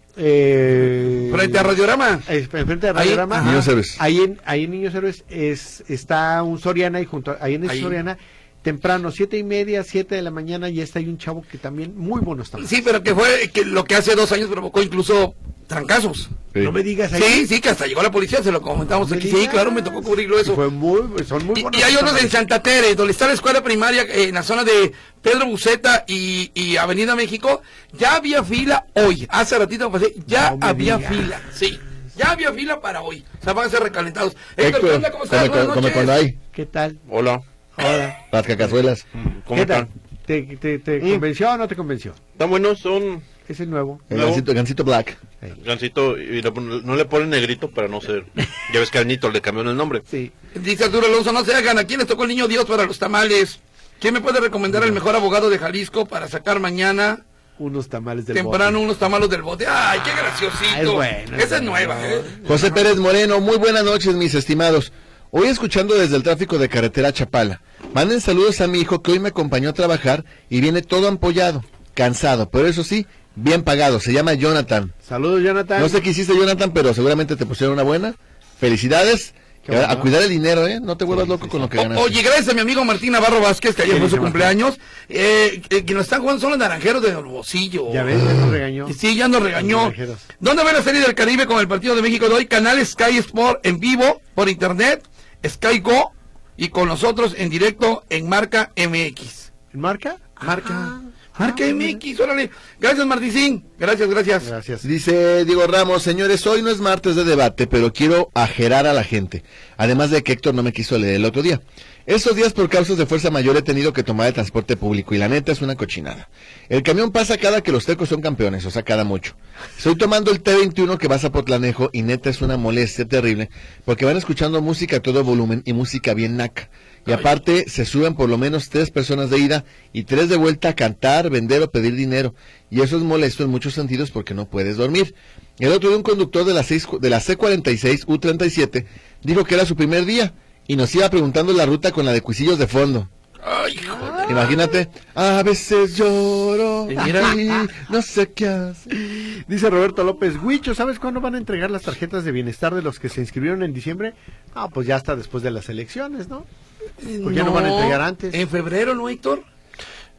Speaker 1: eh,
Speaker 2: Frente a Radiorama.
Speaker 1: eh, Enfrente de
Speaker 2: Ahí,
Speaker 1: Radiorama.
Speaker 2: ajá.
Speaker 4: Niños Héroes.
Speaker 1: Ahí en, ahí en Niños Héroes es, está un Soriana y junto, a- ahí en el
Speaker 2: Ahí.
Speaker 1: Soriana, temprano, siete y media, siete de la mañana, y está ahí un chavo que también muy bueno está.
Speaker 2: Sí, pero que fue que lo que hace dos años provocó incluso trancazos.
Speaker 4: Sí.
Speaker 1: No me digas ahí.
Speaker 2: Sí, sí, que hasta llegó la policía, se lo comentamos
Speaker 1: No me
Speaker 2: aquí. Sí,
Speaker 1: digas.
Speaker 2: claro, me tocó cubrirlo eso.
Speaker 3: Fue muy, son muy
Speaker 2: Y,
Speaker 3: buenas
Speaker 2: y hay otros en
Speaker 3: historias.
Speaker 2: Santa Tere, donde está la escuela primaria, eh, en la zona de Pedro Buceta y, y Avenida México. Ya había fila hoy. Hace ratito pasé, ya
Speaker 1: No me
Speaker 2: había
Speaker 1: digas.
Speaker 2: fila. Sí, ya había fila para hoy. O sea, van a ser recalentados. Héctor, ¿qué
Speaker 4: Héctor,
Speaker 2: onda? ¿Cómo estás?
Speaker 4: come,
Speaker 2: Buenas
Speaker 4: cu- come
Speaker 2: noches. Mm.
Speaker 4: cuando hay.
Speaker 1: ¿Qué tal?
Speaker 6: Hola,
Speaker 1: Ahora,
Speaker 4: Las cacazuelas.
Speaker 6: ¿cómo
Speaker 1: ¿qué tal?
Speaker 6: están?
Speaker 1: ¿Te, te, te convenció o no te convenció?
Speaker 6: Están buenos, son
Speaker 1: Es el nuevo.
Speaker 2: Eh.
Speaker 4: El
Speaker 6: Luego-
Speaker 4: gancito, gancito black.
Speaker 6: gansito y le pon- no le ponen negrito para no ser. Ya ves que al Nito le cambiaron el nombre.
Speaker 1: Sí.
Speaker 2: Dice Arturo Alonso, no se hagan, ¿a quién les tocó el niño Dios para los tamales? ¿Quién me puede recomendar al mejor abogado de Jalisco para sacar mañana
Speaker 1: Unos tamales del
Speaker 2: temprano
Speaker 1: bote.
Speaker 2: unos tamales del bote? ¡Ay, qué graciosito!
Speaker 1: Ah, es bueno, es
Speaker 2: Esa es
Speaker 1: bueno.
Speaker 2: nueva, ¿eh?
Speaker 4: José Pérez Moreno, muy buenas noches, mis estimados. Hoy escuchando desde el tráfico de carretera Chapala. Manden saludos a mi hijo que hoy me acompañó a trabajar y viene todo ampollado, cansado, pero eso sí, bien pagado. Se llama Jonathan.
Speaker 1: Saludos, Jonathan.
Speaker 4: No sé qué hiciste, Jonathan, pero seguramente te pusieron una buena. Felicidades.
Speaker 1: Qué
Speaker 4: Y ahora,
Speaker 1: bueno. Oh,
Speaker 4: a cuidar el dinero, ¿eh? No te vuelvas loco con lo que
Speaker 2: O-
Speaker 4: ganas.
Speaker 2: oye, gracias a mi amigo Martín Navarro Vázquez, que ayer fue
Speaker 1: dice
Speaker 2: su
Speaker 1: Martín?
Speaker 2: cumpleaños. Eh, eh, que nos están jugando son los naranjeros de Hermosillo.
Speaker 1: Ya ves, ya nos regañó.
Speaker 2: Y Sí, ya nos regañó.
Speaker 1: Naranjeros.
Speaker 2: ¿Dónde ve la serie del Caribe con el partido de México de hoy? Canal Sky Sport en vivo, por internet, Sky Go y con nosotros en directo en Marca MX.
Speaker 1: ¿Marca?
Speaker 2: Marca.
Speaker 1: Ah.
Speaker 2: Marca MX, órale. Gracias, Marticín. Gracias, gracias.
Speaker 1: Gracias.
Speaker 4: Dice Diego Ramos, señores, hoy no es martes de debate, pero quiero ajerar a la gente. Además de que Héctor no me quiso leer el otro día. Estos días por causas de fuerza mayor he tenido que tomar el transporte público y la neta es una cochinada. El camión pasa cada que los tecos son campeones, o sea, cada mucho. Estoy tomando el T21 que vas a Potlanejo y neta es una molestia terrible porque van escuchando música a todo volumen y música bien naca. Y aparte se suben por lo menos tres personas de ida y tres de vuelta a cantar, vender o pedir dinero. Y eso es molesto en muchos sentidos porque no puedes dormir. El otro de un conductor de la, 6 cu- de la C46 U37 dijo que era su primer día y nos iba preguntando la ruta con la de cuisillos de fondo.
Speaker 2: Ay, hijo de-
Speaker 4: Imagínate, a veces lloro
Speaker 2: mira.
Speaker 4: y no sé qué hacer.
Speaker 1: Dice Roberto López, Huicho, ¿sabes cuándo van a entregar las tarjetas de bienestar de los que se inscribieron en diciembre? Ah, pues ya hasta después de las elecciones, ¿no? ¿Por qué Pues no van a entregar antes?
Speaker 2: En febrero, ¿no, Héctor?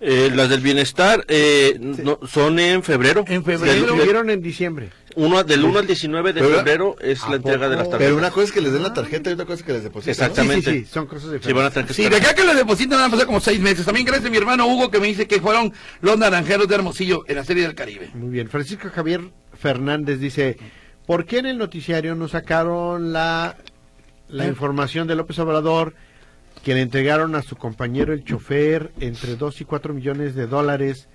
Speaker 6: Eh, las del bienestar eh, no, son en febrero.
Speaker 2: En
Speaker 1: Se
Speaker 2: febrero.
Speaker 6: Del,
Speaker 1: inscribieron en diciembre.
Speaker 6: uno, del 1 al 19 de
Speaker 4: Pero-
Speaker 6: febrero es
Speaker 1: ¿A
Speaker 6: la entrega de las
Speaker 1: poco?
Speaker 6: tarjetas.
Speaker 4: Pero una cosa es que les den la tarjeta y otra cosa es que les depositen. ¿no?
Speaker 6: Exactamente.
Speaker 1: Sí, sí, sí, son cosas
Speaker 6: Sí, van a
Speaker 1: diferentes.
Speaker 6: tener que
Speaker 2: Sí, de
Speaker 6: esperar.
Speaker 2: acá que le depositan han pasado como seis meses. También gracias a mi hermano Hugo que me dice que fueron los naranjeros de Hermosillo en la serie del Caribe.
Speaker 1: Muy bien. Francisco Javier Fernández dice, ¿por qué en el noticiario no sacaron la, la información de López Obrador que le entregaron a su compañero el chofer entre 2 y 4 millones de dólares?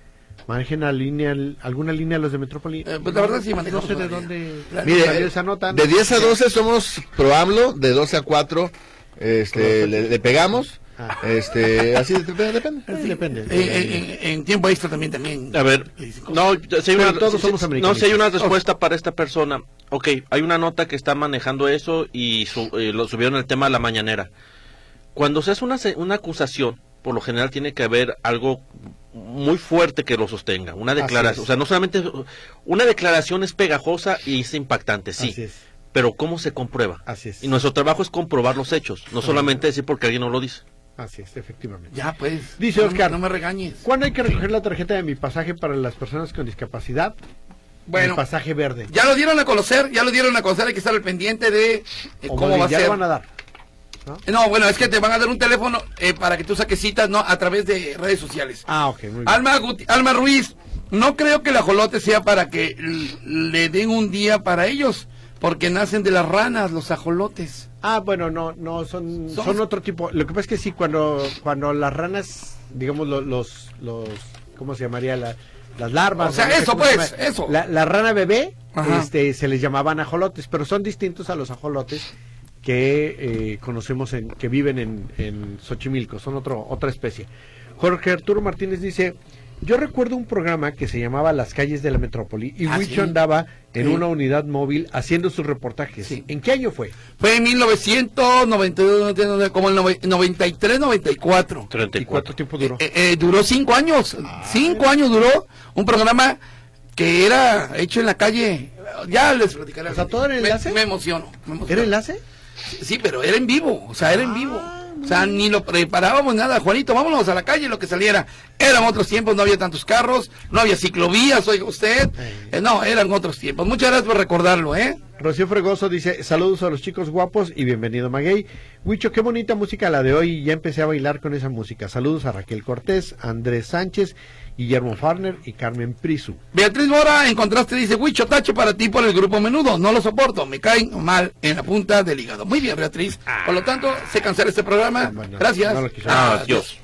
Speaker 1: Manejen la línea, alguna línea los de Metrópoli.
Speaker 2: Eh, pues la verdad sí
Speaker 1: no
Speaker 2: manejamos
Speaker 1: sé de
Speaker 2: una
Speaker 1: dónde
Speaker 2: línea.
Speaker 4: Mire,
Speaker 1: salió esa nota.
Speaker 4: de 10 a 12 somos pro AMLO, de 12 a 4 este, le, le pegamos.
Speaker 1: Ah.
Speaker 4: Este, así de- depende.
Speaker 1: Sí, Ah. depende.
Speaker 2: Eh, eh, en, en tiempo extra también, también.
Speaker 6: A ver, no, si hay
Speaker 1: Pero
Speaker 6: una,
Speaker 1: todos
Speaker 6: si-
Speaker 1: somos
Speaker 6: si- no,
Speaker 1: americanistas.
Speaker 6: si hay una respuesta para esta persona. Ok, hay una nota que está manejando eso y su- eh, lo subieron el tema a la mañanera. Cuando se hace una, se- una acusación, por lo general tiene que haber algo muy fuerte que lo sostenga, una declaración. O sea, no solamente una declaración es pegajosa y es impactante, sí.
Speaker 1: Así es.
Speaker 6: Pero ¿cómo se comprueba?
Speaker 1: Así es.
Speaker 6: Y nuestro trabajo es comprobar los hechos, no solamente decir porque alguien no lo dice.
Speaker 1: Así es, efectivamente.
Speaker 2: Ya, pues.
Speaker 1: Dice
Speaker 2: No me-
Speaker 1: Oscar.
Speaker 2: No, me regañes.
Speaker 1: ¿Cuándo hay que recoger la tarjeta de mi pasaje para las personas con discapacidad?
Speaker 2: Bueno,
Speaker 1: El pasaje verde.
Speaker 2: ya lo dieron a conocer, ya lo dieron a conocer. Hay que estar al pendiente de eh,
Speaker 1: O
Speaker 2: cómo
Speaker 1: más bien,
Speaker 2: va a
Speaker 1: ya
Speaker 2: ser.
Speaker 1: lo van a dar.
Speaker 2: No, bueno, es que te van a dar un teléfono eh, para que tú saques citas, ¿no? A través de redes sociales.
Speaker 1: Ah, ok, muy bien.
Speaker 2: Alma, Guti- Alma Ruiz, no creo que el ajolote sea para que l- le den un día para ellos, porque nacen de las ranas los ajolotes.
Speaker 1: Ah, bueno, no, no, son,
Speaker 2: Somos-
Speaker 1: son otro tipo. Lo que pasa es que sí, cuando, cuando las ranas, digamos, lo- los, los, ¿cómo se llamaría? La- las larvas.
Speaker 2: O sea,
Speaker 1: no sé
Speaker 2: eso,
Speaker 1: cómo se
Speaker 2: pues,
Speaker 1: llama.
Speaker 2: eso.
Speaker 1: La, la rana bebé,
Speaker 2: Ajá.
Speaker 1: este, se les llamaban ajolotes, pero son distintos a los ajolotes que eh, conocemos, en, que viven en, en Xochimilco, son otro, otra especie. Jorge Arturo Martínez dice, yo recuerdo un programa que se llamaba Las calles de la metrópoli y
Speaker 2: Ah,
Speaker 1: Huicho
Speaker 2: sí.
Speaker 1: andaba en
Speaker 2: Sí.
Speaker 1: una unidad móvil haciendo sus reportajes.
Speaker 2: Sí.
Speaker 1: ¿En qué año fue?
Speaker 2: Fue en 1992, como el nove- 93, 94.
Speaker 1: ¿Y cuánto tiempo duró? Ah.
Speaker 2: Eh, eh, duró cinco años. Cinco años duró un programa que era hecho en la calle. Ya les platicaré.
Speaker 1: O sea, ¿todo era
Speaker 2: Me-
Speaker 1: enlace?
Speaker 2: eh, Me, emociono. me emociono.
Speaker 1: ¿Era enlace? Ah,
Speaker 2: Sí, pero era en vivo. O sea, era en vivo. O sea, ni lo preparábamos nada, Juanito, vámonos a la calle, lo que saliera. Eran otros tiempos, no había tantos carros, no había ciclovías, oiga usted. Eh, no, eran otros tiempos. Muchas gracias por recordarlo, ¿eh?
Speaker 1: Rocío Fregoso dice, saludos a los chicos guapos y bienvenido Maguey. Huicho, qué bonita música la de hoy, ya empecé a bailar con esa música. Saludos a Raquel Cortés, Andrés Sánchez, Guillermo Farner y Carmen Prisu.
Speaker 2: Beatriz Mora, en contraste, dice, Huicho, tache para ti por el grupo menudo. No lo soporto, me caen mal en la punta del hígado. Muy bien, Beatriz. Por lo tanto, se cancela este programa.
Speaker 1: Ah. Bueno,
Speaker 2: gracias.
Speaker 1: no lo Ah, quiso.
Speaker 6: Adiós.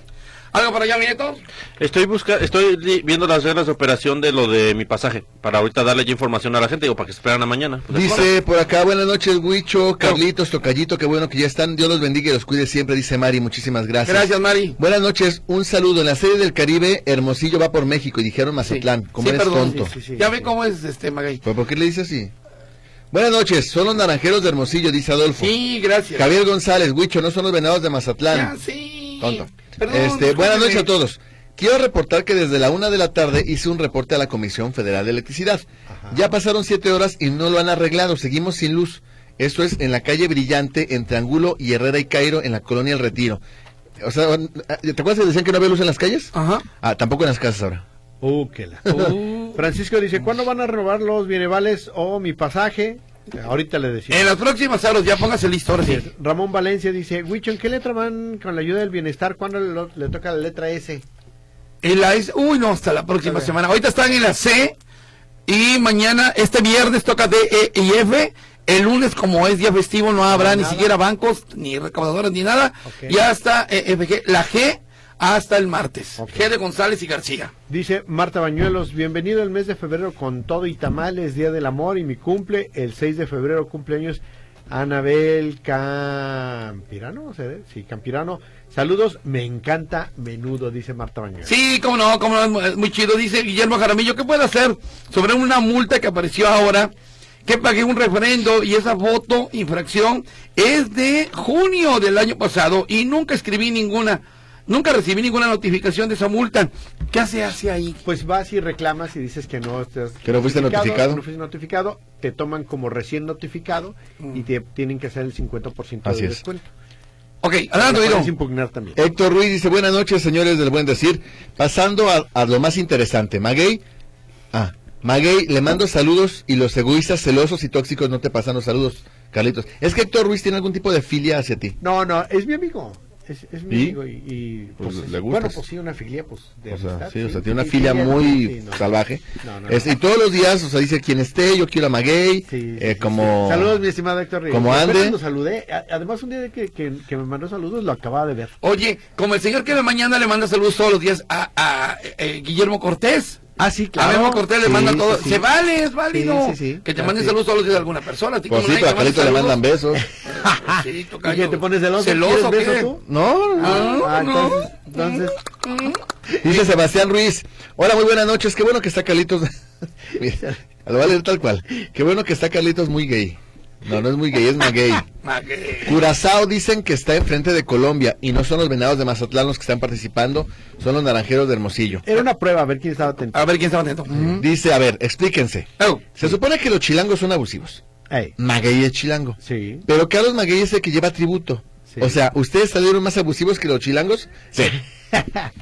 Speaker 2: ¿Algo para allá, mi neto?
Speaker 6: Estoy busca, estoy li- viendo las reglas de operación de lo de mi pasaje, para ahorita darle ya información a la gente, digo, para que se esperan a mañana. Pues,
Speaker 4: Dice por acá, buenas noches, Huicho, Carlitos, Tocayito, qué bueno que ya están. Dios los bendiga y los cuide siempre, dice Mari. Muchísimas gracias.
Speaker 2: Gracias, Mari.
Speaker 4: Buenas noches, un saludo. En la serie del Caribe, Hermosillo va por México y dijeron Mazatlán. Como
Speaker 2: Sí,
Speaker 4: eres
Speaker 2: perdón.
Speaker 4: tonto.
Speaker 2: Sí, sí, sí. ya ve cómo es este Magay.
Speaker 4: ¿Pero por qué le dice así? Buenas noches, son los naranjeros de Hermosillo, dice Adolfo.
Speaker 2: Sí, gracias.
Speaker 4: Javier González, Huicho, no son los venados de Mazatlán.
Speaker 2: Ya, sí.
Speaker 4: Tonto.
Speaker 2: Perdón,
Speaker 4: este, buenas
Speaker 2: discúlpeme.
Speaker 4: noches a todos. Quiero reportar que desde la una de la tarde hice un reporte a la Comisión Federal de Electricidad. Ya pasaron siete horas y no lo han arreglado. Seguimos sin luz. Esto es en la calle Brillante, entre Angulo y Herrera y Cairo, en la colonia El Retiro. O sea, ¿te acuerdas que decían que no había luz en las calles?
Speaker 2: Ajá.
Speaker 4: Ah, tampoco en las casas ahora.
Speaker 1: Uh, que la- Francisco dice, ¿cuándo van a renovar los bienevales o mi pasaje? Ahorita le decía.
Speaker 2: En las próximas horas ya póngase listo, ahora sí.
Speaker 1: Ramón Valencia dice, Huicho, ¿en qué letra van con la ayuda del bienestar? ¿Cuándo lo- le toca la letra S?
Speaker 2: En la es, uy, no, hasta la próxima semana. Ahorita están en la C y mañana, este viernes toca D, E y F. El lunes, como es día festivo, no habrá ni siquiera bancos, ni recaudadoras, ni nada.
Speaker 1: Ok.
Speaker 2: Ya está eh, FG, la G hasta el martes.
Speaker 1: Ok.
Speaker 2: G de González y García.
Speaker 1: Dice Marta Bañuelos, bienvenido el mes de febrero con todo y tamales, Día del Amor y mi cumple, el 6 de febrero cumpleaños Anabel Campirano, ¿se ve? sí, Campirano. Saludos, me encanta menudo, dice Marta Bañuelos.
Speaker 2: Sí, cómo no, cómo no, es mu- es muy chido. Dice Guillermo Jaramillo, ¿qué puede hacer sobre una multa que apareció ahora? Que pagué un referendo y esa voto, infracción, es de junio del año pasado y nunca escribí ninguna, nunca recibí ninguna notificación de esa multa. ¿Qué se hace ahí?
Speaker 1: Pues vas y reclamas y dices que no estás
Speaker 4: Que no fuiste notificado.
Speaker 1: que no fuiste notificado, te toman como recién notificado y te tienen que hacer el 50%
Speaker 4: Mm. Así
Speaker 1: de
Speaker 4: es. Ah,
Speaker 1: descuento.
Speaker 2: Ok, adelante,
Speaker 1: Lo puedes
Speaker 2: Guido.
Speaker 1: impugnar también.
Speaker 4: Héctor Ruiz dice, buenas noches, señores del buen decir. Pasando a, a lo más interesante, Maguey. Ah, Maguey, le mando saludos y los egoístas, celosos y tóxicos no te pasan los saludos, Carlitos. Es que Héctor Ruiz tiene algún tipo de filia hacia ti.
Speaker 1: No, no, es mi amigo. Es, es mi
Speaker 4: ¿Y?
Speaker 1: amigo y, y,
Speaker 4: Pues,
Speaker 1: es-
Speaker 4: le gustas.
Speaker 1: bueno, pues sí, una filia, pues de
Speaker 4: O sea,
Speaker 1: amistad,
Speaker 4: sí, o sea,
Speaker 1: sí,
Speaker 4: tiene una
Speaker 1: sí,
Speaker 4: filia
Speaker 1: sí,
Speaker 4: muy
Speaker 1: sí, no.
Speaker 4: salvaje.
Speaker 1: No, no,
Speaker 4: Es-
Speaker 1: no.
Speaker 4: y todos los días, o sea, dice quien esté, yo quiero a Maguey,
Speaker 1: Sí,
Speaker 4: eh,
Speaker 1: sí,
Speaker 4: como...
Speaker 1: sí. Saludos, mi estimado Héctor Reyes.
Speaker 4: como
Speaker 1: Apenas
Speaker 4: ande.
Speaker 1: Lo saludé. A- Además, un día de que, que, que me mandó saludos, lo acababa de ver.
Speaker 2: Oye, como el señor que en la mañana le manda saludos todos los días a, a, eh, Guillermo Cortés.
Speaker 1: Ah, sí,
Speaker 2: A Memo Cortés le
Speaker 1: Sí,
Speaker 2: manda
Speaker 1: sí,
Speaker 2: todo.
Speaker 1: sí.
Speaker 2: Se vale, es válido.
Speaker 1: Sí, sí, sí.
Speaker 2: Que te
Speaker 1: Ah,
Speaker 2: manden
Speaker 1: sí.
Speaker 2: saludos todos los días a alguna persona. a ti
Speaker 4: Pues
Speaker 2: como
Speaker 4: sí,
Speaker 2: nadie
Speaker 4: pero a
Speaker 2: te manda
Speaker 4: Carlitos le
Speaker 2: saludos.
Speaker 4: mandan besos.
Speaker 2: Sí,
Speaker 1: ¿Y que te pones celoso?
Speaker 2: ¿Celoso
Speaker 1: ¿Quieres beso
Speaker 2: qué?
Speaker 1: tú?
Speaker 4: No, no, no.
Speaker 2: No,
Speaker 1: Ah,
Speaker 2: no.
Speaker 1: entonces, entonces,
Speaker 4: Dice Sebastián Ruiz, hola, muy buenas noches, qué bueno que está Carlitos. Mira, Lo voy a leer tal cual. Qué bueno que está Carlitos muy gay. No, no es muy gay, es más gay.
Speaker 2: Ah, que-
Speaker 4: Curazao dicen que está enfrente de Colombia y no son los venados de Mazatlán los que están participando, son los naranjeros de Hermosillo.
Speaker 1: era una prueba a ver quién estaba atento.
Speaker 2: A ver quién estaba atento.
Speaker 4: Dice, a ver, explíquense.
Speaker 2: Oh,
Speaker 4: Se supone que los chilangos son abusivos.
Speaker 1: Ey,
Speaker 4: Maguey es chilango.
Speaker 1: sí.
Speaker 4: Pero Carlos Maguey es el que lleva tributo.
Speaker 1: Sí.
Speaker 4: O sea, ¿ustedes salieron más abusivos que los chilangos? Sí.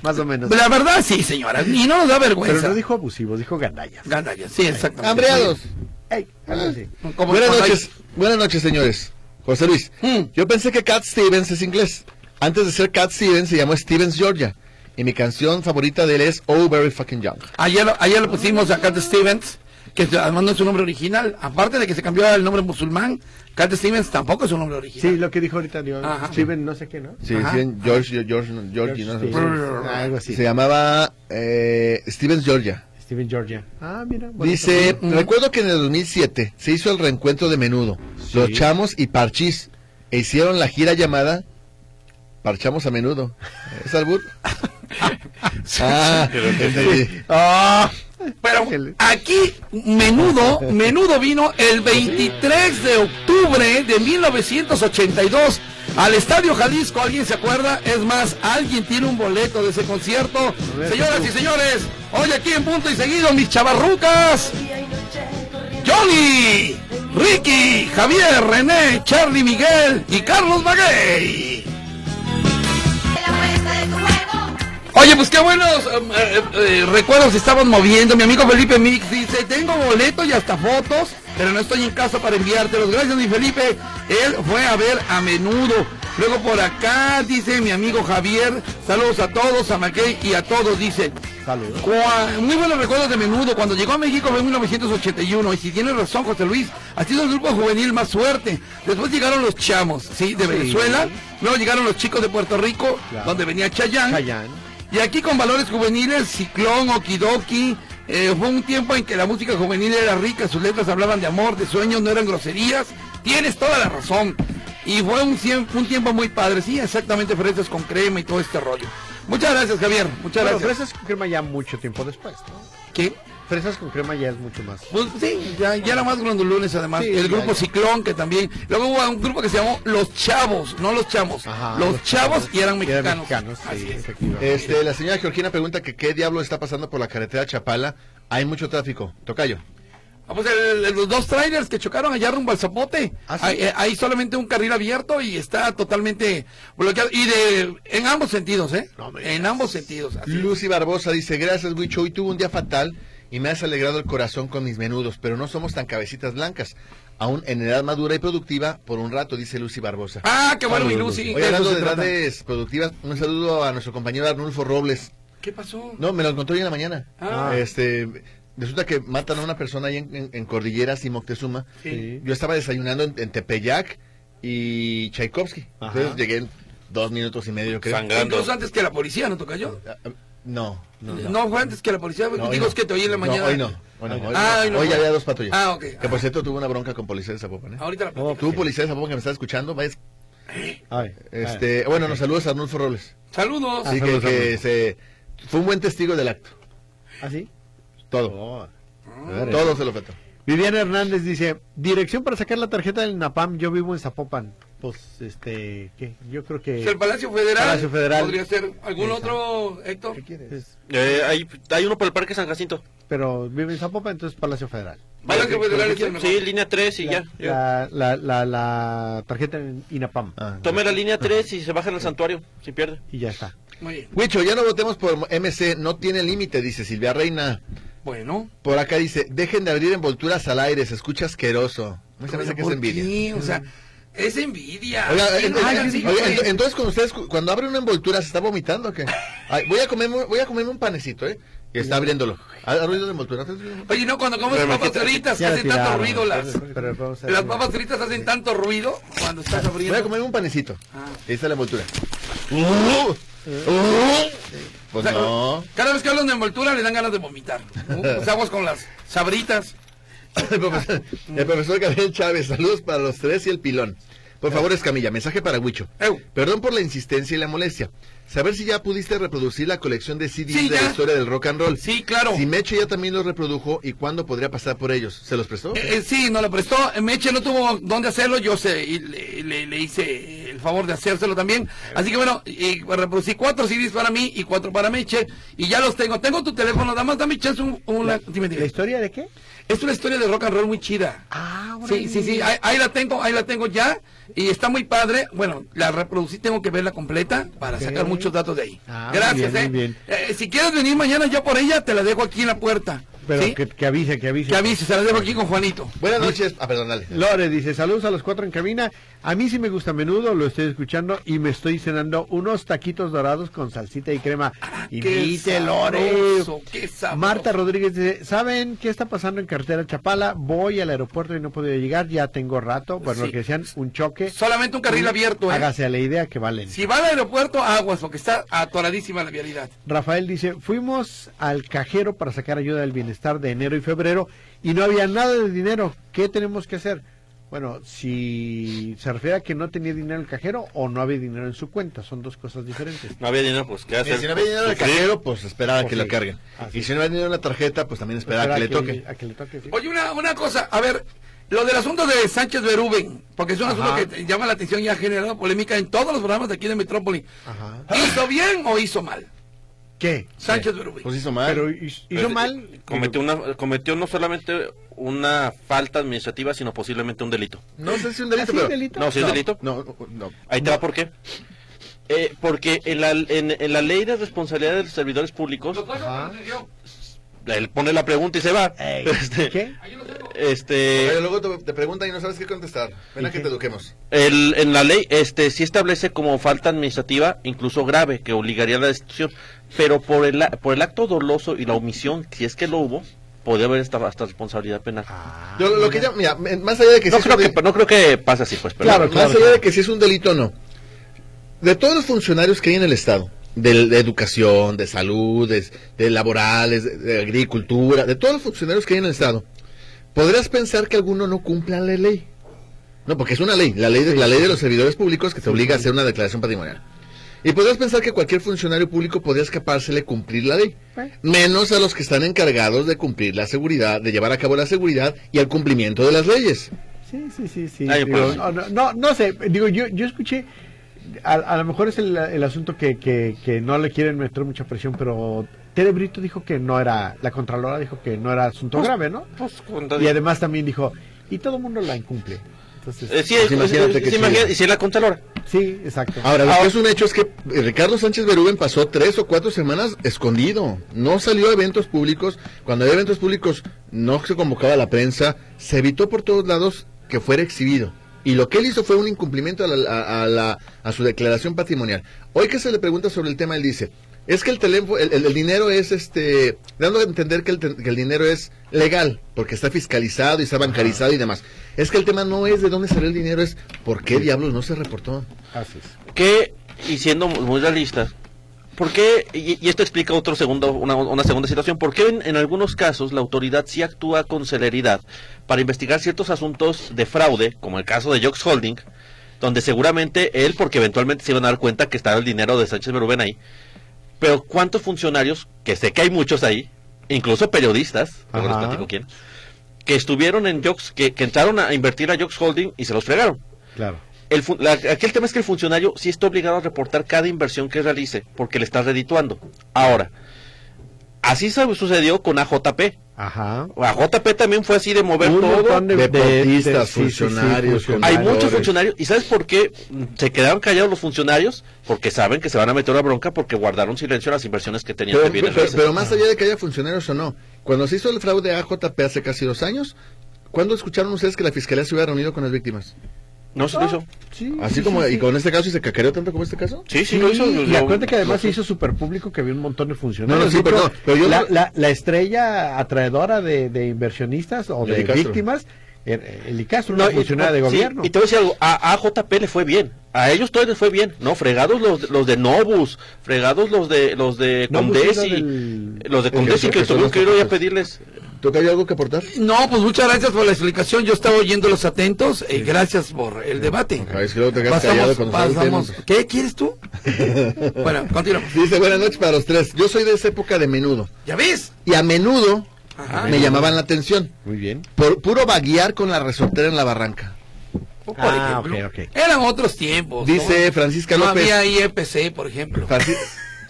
Speaker 1: Más o menos.
Speaker 2: La verdad sí, señora. Y no nos da
Speaker 1: Pero
Speaker 4: pues,
Speaker 2: vergüenza.
Speaker 4: ah.
Speaker 1: no dijo abusivo, dijo gandallas.
Speaker 2: Gandalla, sí, exactamente.
Speaker 4: Hambreados.
Speaker 1: Ey, algo así.
Speaker 4: Ah.
Speaker 2: Como-
Speaker 4: buenas
Speaker 2: como-
Speaker 4: noches, buenas noches, señores. José Luis,
Speaker 1: Hmm.
Speaker 2: Mm.
Speaker 4: yo pensé que Cat Stevens es inglés. Antes de ser Cat Stevens se llamó Stevens Georgia. Y mi canción favorita de él es Oh Very Fucking Young.
Speaker 2: Ayer, lo- ayer lo pusimos a Cat Stevens, que además no es su nombre original. Aparte de que se cambió al nombre musulmán, Cat Stevens tampoco es su nombre original.
Speaker 1: Sí, lo que dijo ahorita, digo,
Speaker 2: Ajá.
Speaker 1: Steven, no sé qué, ¿no?
Speaker 4: Sí,
Speaker 2: Ajá.
Speaker 4: sí, en George, George, no, Georgie, no,
Speaker 1: George,
Speaker 4: no.
Speaker 1: sí, algo así.
Speaker 4: Se llamaba eh, Stevens Georgia.
Speaker 1: Steven Georgia. Ah, mira. bueno,
Speaker 4: Dice,
Speaker 1: también.
Speaker 4: recuerdo que en el 2007 se hizo el reencuentro de menudo. Los chamos y parchís e hicieron la gira llamada Parchamos a menudo. ¿Es albur? ah, entendí.
Speaker 2: Ah, pero
Speaker 1: Ángel.
Speaker 2: aquí, menudo, menudo vino el 23 de octubre de 1982 al Estadio Jalisco. ¿Alguien se acuerda? Es más, alguien tiene un boleto de ese concierto. Señoras y señores, hoy aquí en punto y seguido, mis chavarrucas. Johnny, Ricky, Javier, René, Charlie Miguel y Carlos Maguey. Oye, pues qué buenos eh, eh, eh, recuerdos estamos moviendo. Mi amigo Felipe Mix dice, tengo boleto y hasta fotos, pero no estoy en casa para enviártelos. Gracias, mi Felipe. Él fue a ver a menudo. Luego por acá dice mi amigo Javier, saludos a todos, a Mackey y a todos, dice.
Speaker 1: Saludos.
Speaker 2: Cua- Muy buenos recuerdos de menudo. Cuando llegó a México fue en 1981. Y si tienes razón, José Luis, ha sido el grupo juvenil más fuerte. Después llegaron los chamos, ¿sí? De Venezuela. Luego llegaron los chicos de Puerto Rico,
Speaker 1: Claro.
Speaker 2: donde venía Chayán.
Speaker 1: Chayanne.
Speaker 2: Y aquí con valores juveniles, Ciclón, Okidoki. eh, fue un tiempo en que la música juvenil era rica, sus letras hablaban de amor, de sueños, no eran groserías. Tienes toda la razón. Y fue un, cien- un tiempo muy padre, sí, exactamente fresas con crema y todo este rollo. Muchas gracias, Javier. Muchas
Speaker 1: Bueno,
Speaker 2: gracias.
Speaker 1: fresas con crema ya mucho tiempo después, ¿no?
Speaker 2: ¿Qué?
Speaker 1: Fresas con crema ya es mucho más.
Speaker 2: Pues sí, ya, ya era más grandulones además.
Speaker 1: Sí,
Speaker 2: el
Speaker 1: ya,
Speaker 2: grupo
Speaker 1: ya.
Speaker 2: Ciclón que también. Luego hubo un grupo que se llamó Los Chavos, no los Chamos.
Speaker 1: Ajá,
Speaker 2: los, chavos, y eran mexicanos.
Speaker 1: mexicanos, sí,
Speaker 2: Así es.
Speaker 1: efectivamente.
Speaker 4: Este, la señora Georgina pregunta que qué diablo está pasando por la carretera Chapala. Hay mucho tráfico. Tocayo.
Speaker 2: Ah, pues el- el- los dos trailers que chocaron allá rumbo al Zapote.
Speaker 4: Ah, sí.
Speaker 2: hay, eh, hay solamente un carril abierto y está totalmente bloqueado. Y de en ambos sentidos, ¿eh? en ambos sentidos. así.
Speaker 4: Lucy Barbosa dice, gracias Wicho, hoy tuve un día fatal y me has alegrado el corazón con mis menudos, pero no somos tan cabecitas blancas, aún en edad madura y productiva, por un rato, dice Lucy Barbosa.
Speaker 2: Ah, qué bueno, mi
Speaker 4: Saludos.
Speaker 2: Lucy.
Speaker 4: Oye,
Speaker 2: de
Speaker 4: hablando
Speaker 2: eso
Speaker 4: de
Speaker 2: se trata.
Speaker 4: edades productivas, un saludo a nuestro compañero Arnulfo Robles.
Speaker 2: ¿Qué pasó?
Speaker 4: No, me lo encontré hoy en la mañana.
Speaker 2: Ah.
Speaker 4: Este, resulta que matan a una persona ahí en, en- en Cordilleras y Moctezuma.
Speaker 1: Sí.
Speaker 4: Yo estaba desayunando en, en Tepeyac y Tchaikovsky.
Speaker 1: Ajá.
Speaker 4: Entonces llegué en dos minutos y medio, yo creo.
Speaker 6: Sangrando.
Speaker 2: Incluso antes que la policía, ¿no toca yo?
Speaker 4: Ah, ah, No, no.
Speaker 2: No, fue antes que la policía.
Speaker 4: No, hoy
Speaker 2: digo,
Speaker 4: no.
Speaker 2: es que te oí en la mañana.
Speaker 4: No, hoy no. Bueno, hoy,
Speaker 2: Ah,
Speaker 4: no.
Speaker 2: hoy no.
Speaker 4: Hoy ya había dos patrullas.
Speaker 2: Ah, ok.
Speaker 4: Que por cierto tuvo una bronca con policía de Zapopan. ¿eh?
Speaker 2: Ahorita la
Speaker 1: pues
Speaker 4: Tú, policía de Zapopan, que me estás escuchando, vayas,
Speaker 1: Ah. A ver, a ver.
Speaker 4: este, bueno, nos saludas a Arnulfo Robles.
Speaker 2: Saludos.
Speaker 4: Sí, que,
Speaker 1: saludos,
Speaker 4: que
Speaker 1: Arnulfo.
Speaker 4: se, fue un buen testigo del acto.
Speaker 1: ¿Ah, sí?
Speaker 4: Todo.
Speaker 1: Oh, A ver,
Speaker 4: Todo se lo petó.
Speaker 1: Viviana Hernández dice, dirección para sacar la tarjeta del NAPAM, yo vivo en Zapopan. Pues, este, ¿qué? Yo creo
Speaker 4: Eh,
Speaker 1: que...
Speaker 2: Si el Palacio Federal.
Speaker 1: Palacio Federal.
Speaker 2: Podría ser algún otro, Héctor.
Speaker 1: es-
Speaker 6: Eh, hay, hay uno por el Parque San Jacinto.
Speaker 1: pero vive en Zapopan, entonces Palacio Federal.
Speaker 2: Palacio Federal es el mejor.
Speaker 6: Sí, línea 3 y
Speaker 1: la,
Speaker 6: ya. ya.
Speaker 1: La, la, la, la tarjeta en INAPAM.
Speaker 4: Ah,
Speaker 6: Tome la línea 3 y se baja en el santuario, sin pierde.
Speaker 1: Y ya está.
Speaker 2: Muy bien.
Speaker 4: Huicho, ya no votemos por MC, no tiene límite, dice Silvia Reina.
Speaker 2: Bueno.
Speaker 4: Por acá dice, dejen de abrir envolturas al aire, se escucha asqueroso. Me se me hace que es
Speaker 2: ¿Por
Speaker 4: envidia.
Speaker 2: qué? O sea, es envidia.
Speaker 4: Oiga,
Speaker 2: Sí,
Speaker 4: en-
Speaker 2: no,
Speaker 4: en-
Speaker 2: oigan, sí,
Speaker 4: oiga,
Speaker 2: sí.
Speaker 4: ent- entonces cuando ustedes cu- cuando abren una envoltura se está vomitando o qué? Ay, voy a comerme voy a comerme un panecito, ¿eh? Y está abriéndolo. Ha- Abre la envoltura.
Speaker 2: Oye, no, cuando comes papas fritas, que
Speaker 1: Ya la
Speaker 2: hacen tanto
Speaker 1: tiraron,
Speaker 2: ruido las.
Speaker 1: pero- pero vamos a
Speaker 2: Las
Speaker 1: ver.
Speaker 2: papas fritas hacen tanto ruido cuando estás
Speaker 4: Voy a
Speaker 2: abriendo.
Speaker 4: comerme un panecito.
Speaker 2: Ah.
Speaker 4: Ahí está la envoltura. Uh, uh.
Speaker 2: O
Speaker 4: Pues
Speaker 2: sea,
Speaker 4: no.
Speaker 2: Cada vez que hablan de envoltura le dan ganas de vomitar. ¿no? Pues aguas con las sabritas.
Speaker 4: El profesor, el profesor Gabriel Chávez, saludos para los tres y el pilón. Por favor, Escamilla, mensaje para Huicho.
Speaker 2: Eu.
Speaker 4: Perdón por la insistencia y la molestia. Saber si ya pudiste reproducir la colección de CDs
Speaker 2: Sí,
Speaker 4: de
Speaker 2: ya.
Speaker 4: la historia del rock and roll.
Speaker 2: Sí, claro.
Speaker 4: Si Meche ya también los reprodujo y cuándo podría pasar por ellos. ¿Se los prestó?
Speaker 2: Eh, eh, sí, nos lo prestó. Eh, Meche no tuvo dónde hacerlo. Yo sé, y le, le- le hice el favor de hacérselo también. Así que bueno, y reproducí cuatro CDs para mí y cuatro para Meche. Y ya los tengo. Tengo tu teléfono. Nada más dame chance un, una. dime, dime.
Speaker 1: ¿La historia de qué?
Speaker 2: Es una historia de rock and roll muy chida.
Speaker 1: Ah,
Speaker 2: Sí, sí, sí, ahí, ahí la tengo, ahí la tengo ya y está muy padre. Bueno, la reproducí, tengo que verla completa para
Speaker 1: Ok.
Speaker 2: sacar muchos datos de ahí.
Speaker 1: Ah,
Speaker 2: Gracias,
Speaker 1: muy bien,
Speaker 2: eh.
Speaker 1: muy bien.
Speaker 2: Eh, Si quieres venir mañana yo por ella, te la dejo aquí en la puerta.
Speaker 1: Pero
Speaker 2: ¿sí?
Speaker 1: que,
Speaker 2: que,
Speaker 1: que avise, que avise.
Speaker 2: avise, se la dejo aquí con Juanito.
Speaker 4: Buenas noches. Ah, perdón, dale.
Speaker 1: Lore dice, saludos a los cuatro en cabina. A mí sí me gusta a menudo, lo estoy escuchando y me estoy cenando unos taquitos dorados con salsita y crema. Invite, Lore.
Speaker 2: Ah, sabroso, qué sabroso.
Speaker 1: Marta Rodríguez dice, ¿saben qué está pasando en carretera Chapala? Voy al aeropuerto y no podía llegar, ya tengo rato. Bueno,
Speaker 2: Sí.
Speaker 1: lo que decían, un choque.
Speaker 2: Solamente un carril abierto, eh.
Speaker 1: Hágase a la idea que valen.
Speaker 2: Si va al aeropuerto, aguas, porque está atoradísima la vialidad.
Speaker 1: Rafael dice, fuimos al cajero para sacar ayuda del bienestar de enero y febrero y no había nada de dinero. ¿Qué tenemos que hacer? Bueno, si se refiere a que no tenía dinero el cajero o no había dinero en su cuenta, son dos cosas diferentes.
Speaker 6: No había dinero, pues, ¿qué
Speaker 4: Eh,
Speaker 6: hacer?
Speaker 4: si no había dinero en el
Speaker 6: Sufrir.
Speaker 4: cajero, pues esperaba
Speaker 1: Pues
Speaker 4: que
Speaker 1: sí.
Speaker 4: lo carguen.
Speaker 1: Así
Speaker 4: Y
Speaker 1: es.
Speaker 4: si no había dinero en la tarjeta, pues también esperaba que le toque.
Speaker 1: a que le toque, sí.
Speaker 2: Oye, una, una cosa, a ver, lo del asunto de Sánchez Berúben, porque es un
Speaker 1: Ajá.
Speaker 2: asunto que llama la atención y ha generado polémica en todos los programas de aquí de Metrópoli.
Speaker 1: Ajá.
Speaker 2: ¿Hizo bien o hizo mal?
Speaker 1: ¿Qué?
Speaker 2: Sánchez Berube.
Speaker 4: Pues hizo mal.
Speaker 1: Pero hizo hizo
Speaker 6: Pero,
Speaker 1: mal.
Speaker 6: Pues, Cometió, una, cometió no solamente una falta administrativa, sino posiblemente un delito.
Speaker 4: No sé si es un
Speaker 1: ¿Ah,
Speaker 4: delito,
Speaker 1: sí,
Speaker 4: pero.
Speaker 1: delito?
Speaker 6: No, si es
Speaker 4: No,
Speaker 6: delito.
Speaker 4: No, no.
Speaker 6: Ahí te va por qué. Eh, porque en la, en- en la ley de responsabilidad de los servidores públicos,
Speaker 2: Lo cual no sucedió.
Speaker 6: él pone la pregunta y se va. Este,
Speaker 1: ¿Qué?
Speaker 2: Ahí lo tengo.
Speaker 6: este,
Speaker 4: Pero luego te, te preguntan y no sabes qué contestar. Ven a que te eduquemos.
Speaker 6: El- en la ley este sí establece como falta administrativa incluso grave que obligaría a la destitución pero por el a- por el acto doloso y la omisión si es que lo hubo podría haber esta hasta responsabilidad penal
Speaker 4: Yo, lo que ya, mira, me- más allá de que sí
Speaker 6: no
Speaker 4: Ah. es
Speaker 6: creo
Speaker 4: un
Speaker 6: que
Speaker 4: delito-
Speaker 6: no creo que pase así pues pero
Speaker 4: claro, más allá de que si es un delito o no. De todos los funcionarios que hay en el Estado, de, de educación, de salud, de, de laborales, de, de agricultura, de todos los funcionarios que hay en el Estado, podrías pensar que alguno no cumpla la ley. No, porque es una ley, la ley de, la ley de los servidores públicos que te obliga a hacer una declaración patrimonial. Y podrías pensar que cualquier funcionario público podría escapársele cumplir la ley, menos a los que están encargados de cumplir la seguridad, de llevar a cabo la seguridad y el cumplimiento de las leyes.
Speaker 1: Sí, sí, sí, sí.
Speaker 6: Ay,
Speaker 1: Digo,
Speaker 6: pues.
Speaker 1: no, no, no, no sé, digo, yo, yo escuché, a, a lo mejor es el, el asunto que, que, que no le quieren meter mucha presión, pero Tere Brito dijo que no era, la Contralora dijo que no era asunto grave, ¿no?
Speaker 6: Pues, cuando-
Speaker 1: Y además también dijo, y todo el mundo la incumple. Entonces,
Speaker 6: Eh, sí,
Speaker 4: Pues
Speaker 6: eh,
Speaker 4: imagínate
Speaker 6: sí,
Speaker 4: que
Speaker 6: sí,
Speaker 4: sí.
Speaker 6: imagínate, y si es la contralora
Speaker 1: sí, exacto.
Speaker 4: Ahora, lo que es un hecho es que eh, Ricardo Sánchez Berúben pasó tres o cuatro semanas escondido. No salió a eventos públicos. Cuando había eventos públicos, no se convocaba a la prensa. Se evitó por todos lados que fuera exhibido. Y lo que él hizo fue un incumplimiento a, la- a- a la- a su declaración patrimonial. Hoy que se le pregunta sobre el tema, él dice, es que el teléfono, el, el- el dinero es, este, dando a entender que el, te- que el dinero es legal, porque está fiscalizado y está bancarizado y demás. Es que el tema no es de dónde salió el dinero, es por qué diablos no se reportó.
Speaker 1: Así es.
Speaker 6: que y siendo muy realistas ¿Por qué? Y, y esto explica otro segundo, una, una segunda situación. ¿Por qué en, en algunos casos la autoridad sí actúa con celeridad para investigar ciertos asuntos de fraude, como el caso de Jox Holding, donde seguramente él, porque eventualmente se iban a dar cuenta que estaba el dinero de Sánchez Berubén ahí, pero ¿cuántos funcionarios, que sé que hay muchos ahí, incluso periodistas, luego les
Speaker 1: Ajá.
Speaker 6: platico quién, que estuvieron en Jox, que, que entraron a invertir a Jox Holding y se los fregaron?
Speaker 1: Claro.
Speaker 6: El, fun- la- aquí el tema es que el funcionario sí está obligado a reportar cada inversión que realice, porque le está redituando. Ahora, así se- sucedió con AJP.
Speaker 1: Ajá.
Speaker 6: AJP también fue así de mover
Speaker 1: Un
Speaker 6: todo.
Speaker 1: montón de- de-
Speaker 4: deportistas,
Speaker 1: sí, sí, sí,
Speaker 4: funcionarios,
Speaker 6: Hay
Speaker 4: valores.
Speaker 6: muchos funcionarios. ¿Y sabes por qué mm, se quedaron callados los funcionarios? Porque saben que se van a meter una bronca porque guardaron silencio las inversiones que tenían
Speaker 4: Pero,
Speaker 6: de bienes
Speaker 4: pero-
Speaker 6: raíces.
Speaker 4: pero más allá de que haya funcionarios o no, cuando se hizo el fraude a AJP hace casi dos años, ¿cuándo escucharon ustedes que la fiscalía se hubiera reunido con las víctimas?
Speaker 6: No se lo hizo.
Speaker 1: Ah, Sí,
Speaker 4: Así
Speaker 1: sí,
Speaker 4: como,
Speaker 1: sí,
Speaker 4: y
Speaker 1: sí.
Speaker 4: con este caso, ¿y se cacareó tanto como este caso?
Speaker 6: Sí, sí,
Speaker 1: Sí,
Speaker 6: lo hizo. lo-
Speaker 1: y acuérdate que además
Speaker 6: lo-
Speaker 1: se hizo súper público que había un montón de funcionarios.
Speaker 4: No, no, sí,
Speaker 1: De hecho,
Speaker 4: perdón, pero yo
Speaker 1: la,
Speaker 4: no-
Speaker 1: la- la estrella atraedora de, de inversionistas o de
Speaker 4: Eli Castro.
Speaker 1: víctimas, er- Eli Castro,
Speaker 6: No,
Speaker 1: una
Speaker 6: y-
Speaker 1: funcionaria de
Speaker 6: sí,
Speaker 1: gobierno.
Speaker 6: y te voy a decir algo, a AJP le fue bien. A ellos todos les fue bien, ¿no? Fregados los, los de Novus, fregados los de los de
Speaker 1: Novus
Speaker 6: Condesi,
Speaker 1: era del-
Speaker 6: los de
Speaker 4: El que
Speaker 6: Condesi
Speaker 4: son-
Speaker 6: que
Speaker 4: que son
Speaker 6: tuvieron
Speaker 4: los
Speaker 6: que ir hoy a
Speaker 4: patriotas.
Speaker 6: pedirles.
Speaker 4: ¿Tú que hay algo que aportar?
Speaker 2: No, pues muchas gracias por la explicación. Yo estaba oyéndolos atentos. eh, gracias por el debate.
Speaker 4: A ver, si luego te quedas callado cuando sale el
Speaker 2: pasamos.
Speaker 4: tema.
Speaker 2: ¿Qué quieres tú? bueno, continuamos.
Speaker 4: Dice, buenas noches para los tres. Yo soy de esa época de menudo.
Speaker 2: ¿Ya ves?
Speaker 4: Y a menudo
Speaker 2: Ajá.
Speaker 4: me llamaban la atención.
Speaker 1: Muy bien.
Speaker 4: Por puro vaguear con la resortera en la barranca.
Speaker 2: Por
Speaker 1: Ah,
Speaker 2: ejemplo,
Speaker 1: ok, ok.
Speaker 2: Eran otros tiempos. ¿no?
Speaker 4: Dice Francisca
Speaker 2: No
Speaker 4: López.
Speaker 2: había IEPC, por ejemplo.
Speaker 4: Franci-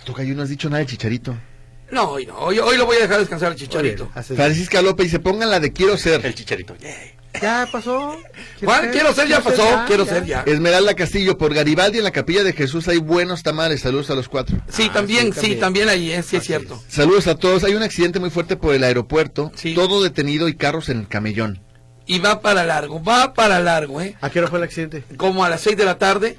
Speaker 4: Tocayo, no has dicho nada de chicharito.
Speaker 2: No, hoy no. Hoy, hoy lo voy a dejar descansar al chicharito.
Speaker 1: Haces-
Speaker 4: Francisca López dice, pongan la de quiero ser.
Speaker 6: El chicharito, yay.
Speaker 1: Ya pasó.
Speaker 2: Juan, quiero ser, ya pasó. Quiero ser, ya.
Speaker 4: Esmeralda Castillo, por Garibaldi en la capilla de Jesús hay buenos tamales. Saludos a los cuatro.
Speaker 2: Sí, también, sí, también ahí, eh, sí es cierto.
Speaker 4: Saludos a todos. Hay un accidente muy fuerte por el aeropuerto.
Speaker 2: Sí.
Speaker 4: Todo detenido y carros en el camellón.
Speaker 2: Y va para largo, va para largo, ¿eh?
Speaker 1: ¿A qué hora fue el accidente?
Speaker 2: Como a las 6 de la tarde.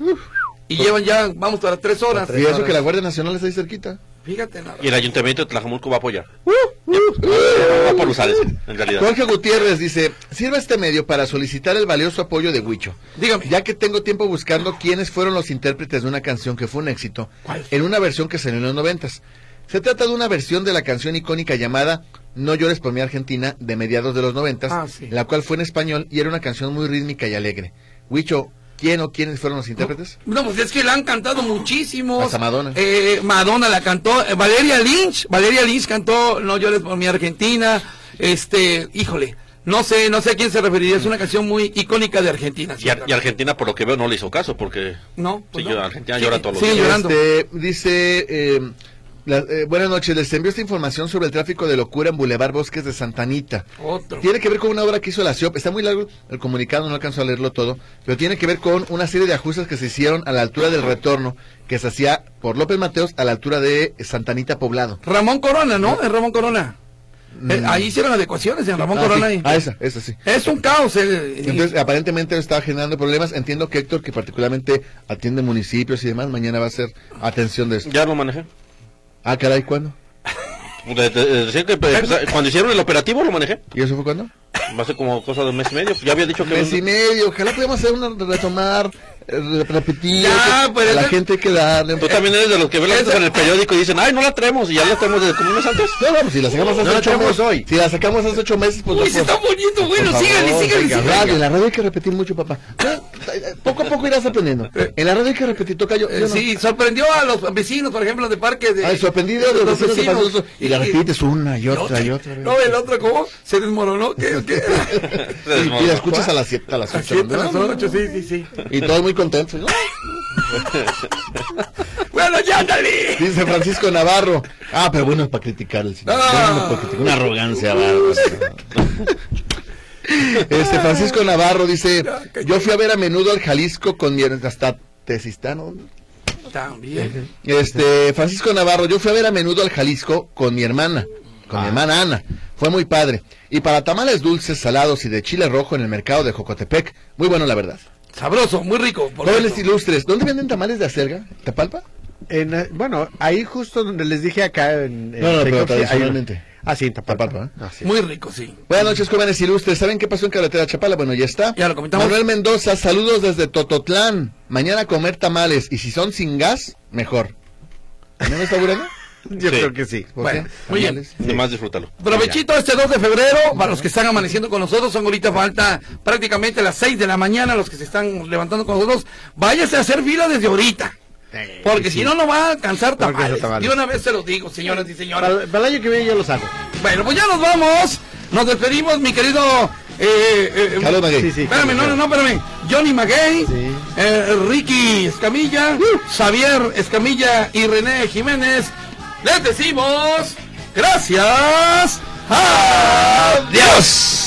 Speaker 2: Y llevan ya, vamos, para tres horas.
Speaker 4: Y eso que la Guardia Nacional está ahí cerquita.
Speaker 2: Fíjate nada.
Speaker 6: Y el ayuntamiento de Tlajamulco va a apoyar.
Speaker 4: Uh,
Speaker 6: Va por Luzales, en realidad.
Speaker 4: Jorge Gutiérrez dice, sirve este medio para solicitar el valioso apoyo de Huicho.
Speaker 2: Dígame.
Speaker 4: Ya que tengo tiempo buscando quiénes fueron los intérpretes de una canción que fue un éxito
Speaker 2: ¿Cuál?
Speaker 4: en una versión que salió en los noventas. Se trata de una versión de la canción icónica llamada No llores por mi Argentina de mediados de los noventas,
Speaker 2: Ah, sí.
Speaker 4: la cual fue en español y era una canción muy rítmica y alegre. Huicho, ¿quién o quiénes fueron los intérpretes?
Speaker 2: No, pues es que la han cantado muchísimos.
Speaker 4: Hasta Madonna.
Speaker 2: Eh, Madonna la cantó. eh, Valeria Lynch. Valeria Lynch cantó No llores por mi Argentina. Este, híjole. No sé, no sé a quién se referiría.
Speaker 4: Mm.
Speaker 2: Es una canción muy icónica de Argentina.
Speaker 6: Y, Ar- y Argentina, por lo que veo, no le hizo caso porque
Speaker 2: No, pues
Speaker 6: Sí,
Speaker 2: no.
Speaker 6: yo- Argentina llora todos los
Speaker 2: Sigue
Speaker 6: días.
Speaker 2: llorando.
Speaker 4: Este, dice eh, La- eh, buenas noches, les envío esta información sobre el tráfico de locura en Boulevard Bosques de Santanita.
Speaker 2: Otro.
Speaker 4: Tiene que ver con una obra que hizo la CIOP. Está muy largo el comunicado, no alcanzo a leerlo todo. Pero tiene que ver con una serie de ajustes que se hicieron a la altura del retorno que se hacía por López Mateos a la altura de Santanita Poblado.
Speaker 2: Ramón Corona, ¿no? Es Ramón Corona. Eh, ahí hicieron adecuaciones en Ramón
Speaker 4: Mm. Ah,
Speaker 2: Corona.
Speaker 4: sí.
Speaker 2: y-
Speaker 4: Ah, esa, esa sí.
Speaker 2: Es un caos. eh, y-
Speaker 4: Entonces, aparentemente estaba generando problemas. Entiendo que Héctor, que particularmente atiende municipios y demás, mañana va a hacer atención de esto.
Speaker 6: Ya lo manejé.
Speaker 4: Ah, caray, ¿cuándo?
Speaker 6: De- de- de decir que empeza- cuando hicieron el operativo lo manejé.
Speaker 4: ¿Y eso fue cuándo?
Speaker 6: Va a ser como cosa de un mes y medio. Ya había dicho que...
Speaker 4: Mes y medio. Ojalá podamos hacer una retomar, eh, repetir.
Speaker 2: Ya,
Speaker 4: que-
Speaker 2: pues,
Speaker 4: a la
Speaker 2: eso-
Speaker 4: gente hay que darle.
Speaker 6: Tú también eres de los que ven las
Speaker 2: Esa-
Speaker 6: cosas en el periódico y dicen, ay, no la traemos. Y ya la traemos
Speaker 2: Eh.
Speaker 6: desde como un mes antes.
Speaker 4: No, no, pues si la sacamos hace
Speaker 7: No la
Speaker 4: ocho
Speaker 7: tenemos
Speaker 4: meses.
Speaker 7: hoy.
Speaker 4: Si la sacamos hace ocho meses, pues.
Speaker 2: Uy,
Speaker 4: no,
Speaker 2: se está
Speaker 4: pues,
Speaker 2: poniendo bueno.
Speaker 4: por
Speaker 2: Síganle,
Speaker 4: favor,
Speaker 2: síganle,
Speaker 4: venga,
Speaker 2: síganle.
Speaker 4: radio, en la radio hay que repetir mucho, papá. eh, Poco a poco irás aprendiendo. En la radio hay que repetir, toca yo.
Speaker 2: Eh,
Speaker 4: yo no.
Speaker 2: sí, eh, sorprendió a los vecinos, por ejemplo, de Parque de.
Speaker 4: Ay, sorprendido de los vecinos de Palo Alto. Y la repites una y otra y otra. vez.
Speaker 2: No, el otro, ¿cómo? Se desmoronó. ¿Qué? ¿Qué?
Speaker 4: Y, y la escuchas a las siete, a las ocho.
Speaker 2: Siete,
Speaker 4: ¿no?
Speaker 2: las ocho, sí, sí, sí.
Speaker 4: Y todos muy contentos. ¿no?
Speaker 2: Bueno, ya ándale.
Speaker 4: Dice Francisco Navarro. Ah, pero bueno, es para criticar el señor.
Speaker 2: Ah.
Speaker 4: Bueno, para criticar. Una arrogancia bárbara. Este Francisco Navarro dice, yo fui a ver a menudo al Jalisco con mi hasta Tesistano.
Speaker 2: También.
Speaker 4: Este, Francisco Navarro, yo fui a ver a menudo al Jalisco con mi hermana, con mi hermana Ana. Fue muy padre. Y para tamales dulces, salados y de chile rojo en el mercado de Jocotepec. Muy bueno, la verdad.
Speaker 2: Sabroso, muy rico. por
Speaker 4: Jóvenes
Speaker 2: cierto.
Speaker 4: ilustres, ¿dónde venden tamales de acerga? ¿Tapalpa?
Speaker 1: En, eh, bueno, ahí justo donde les dije acá en. en
Speaker 4: No, no,
Speaker 1: Tecos,
Speaker 4: pero
Speaker 1: sí, hay uno.
Speaker 4: tradicionalmente.
Speaker 1: Ah, sí, en Tapalpa.
Speaker 4: Tapalpa, ¿eh?
Speaker 1: Ah, sí.
Speaker 2: Muy rico, sí.
Speaker 4: Buenas noches, jóvenes ilustres. ¿Saben qué pasó en Carretera Chapala? Bueno, ya está.
Speaker 2: Ya lo comentamos.
Speaker 4: Manuel Mendoza, saludos desde Tototlán. Mañana a comer tamales. Y si son sin gas, mejor. ¿No me está burlando?
Speaker 1: Yo
Speaker 6: Sí.
Speaker 1: creo que sí.
Speaker 4: ¿Por
Speaker 2: Bueno,
Speaker 4: qué?
Speaker 2: muy bien.
Speaker 4: Tamales.
Speaker 6: Nomás disfrútalo.
Speaker 2: Provechito este 2 de febrero para los que están amaneciendo con nosotros. Son ahorita falta prácticamente las 6 de la mañana los que se están levantando con nosotros. Váyase a hacer fila desde ahorita. Porque si no, no va a alcanzar
Speaker 1: Claro que
Speaker 2: tamales.
Speaker 1: no, tamales.
Speaker 2: De una vez se los digo, señoras y señores.
Speaker 1: Para, para el año que viene yo los hago.
Speaker 2: Bueno, pues ya nos vamos. Nos despedimos, mi querido. eh, eh, eh,
Speaker 4: Carlos Maguey.
Speaker 1: Sí, sí.
Speaker 2: Espérame, no, no, no, espérame. Johnny Maguey,
Speaker 1: Sí. Uh.
Speaker 2: eh, Ricky Escamilla, Xavier Escamilla y René Jiménez. Les decimos gracias. Adiós.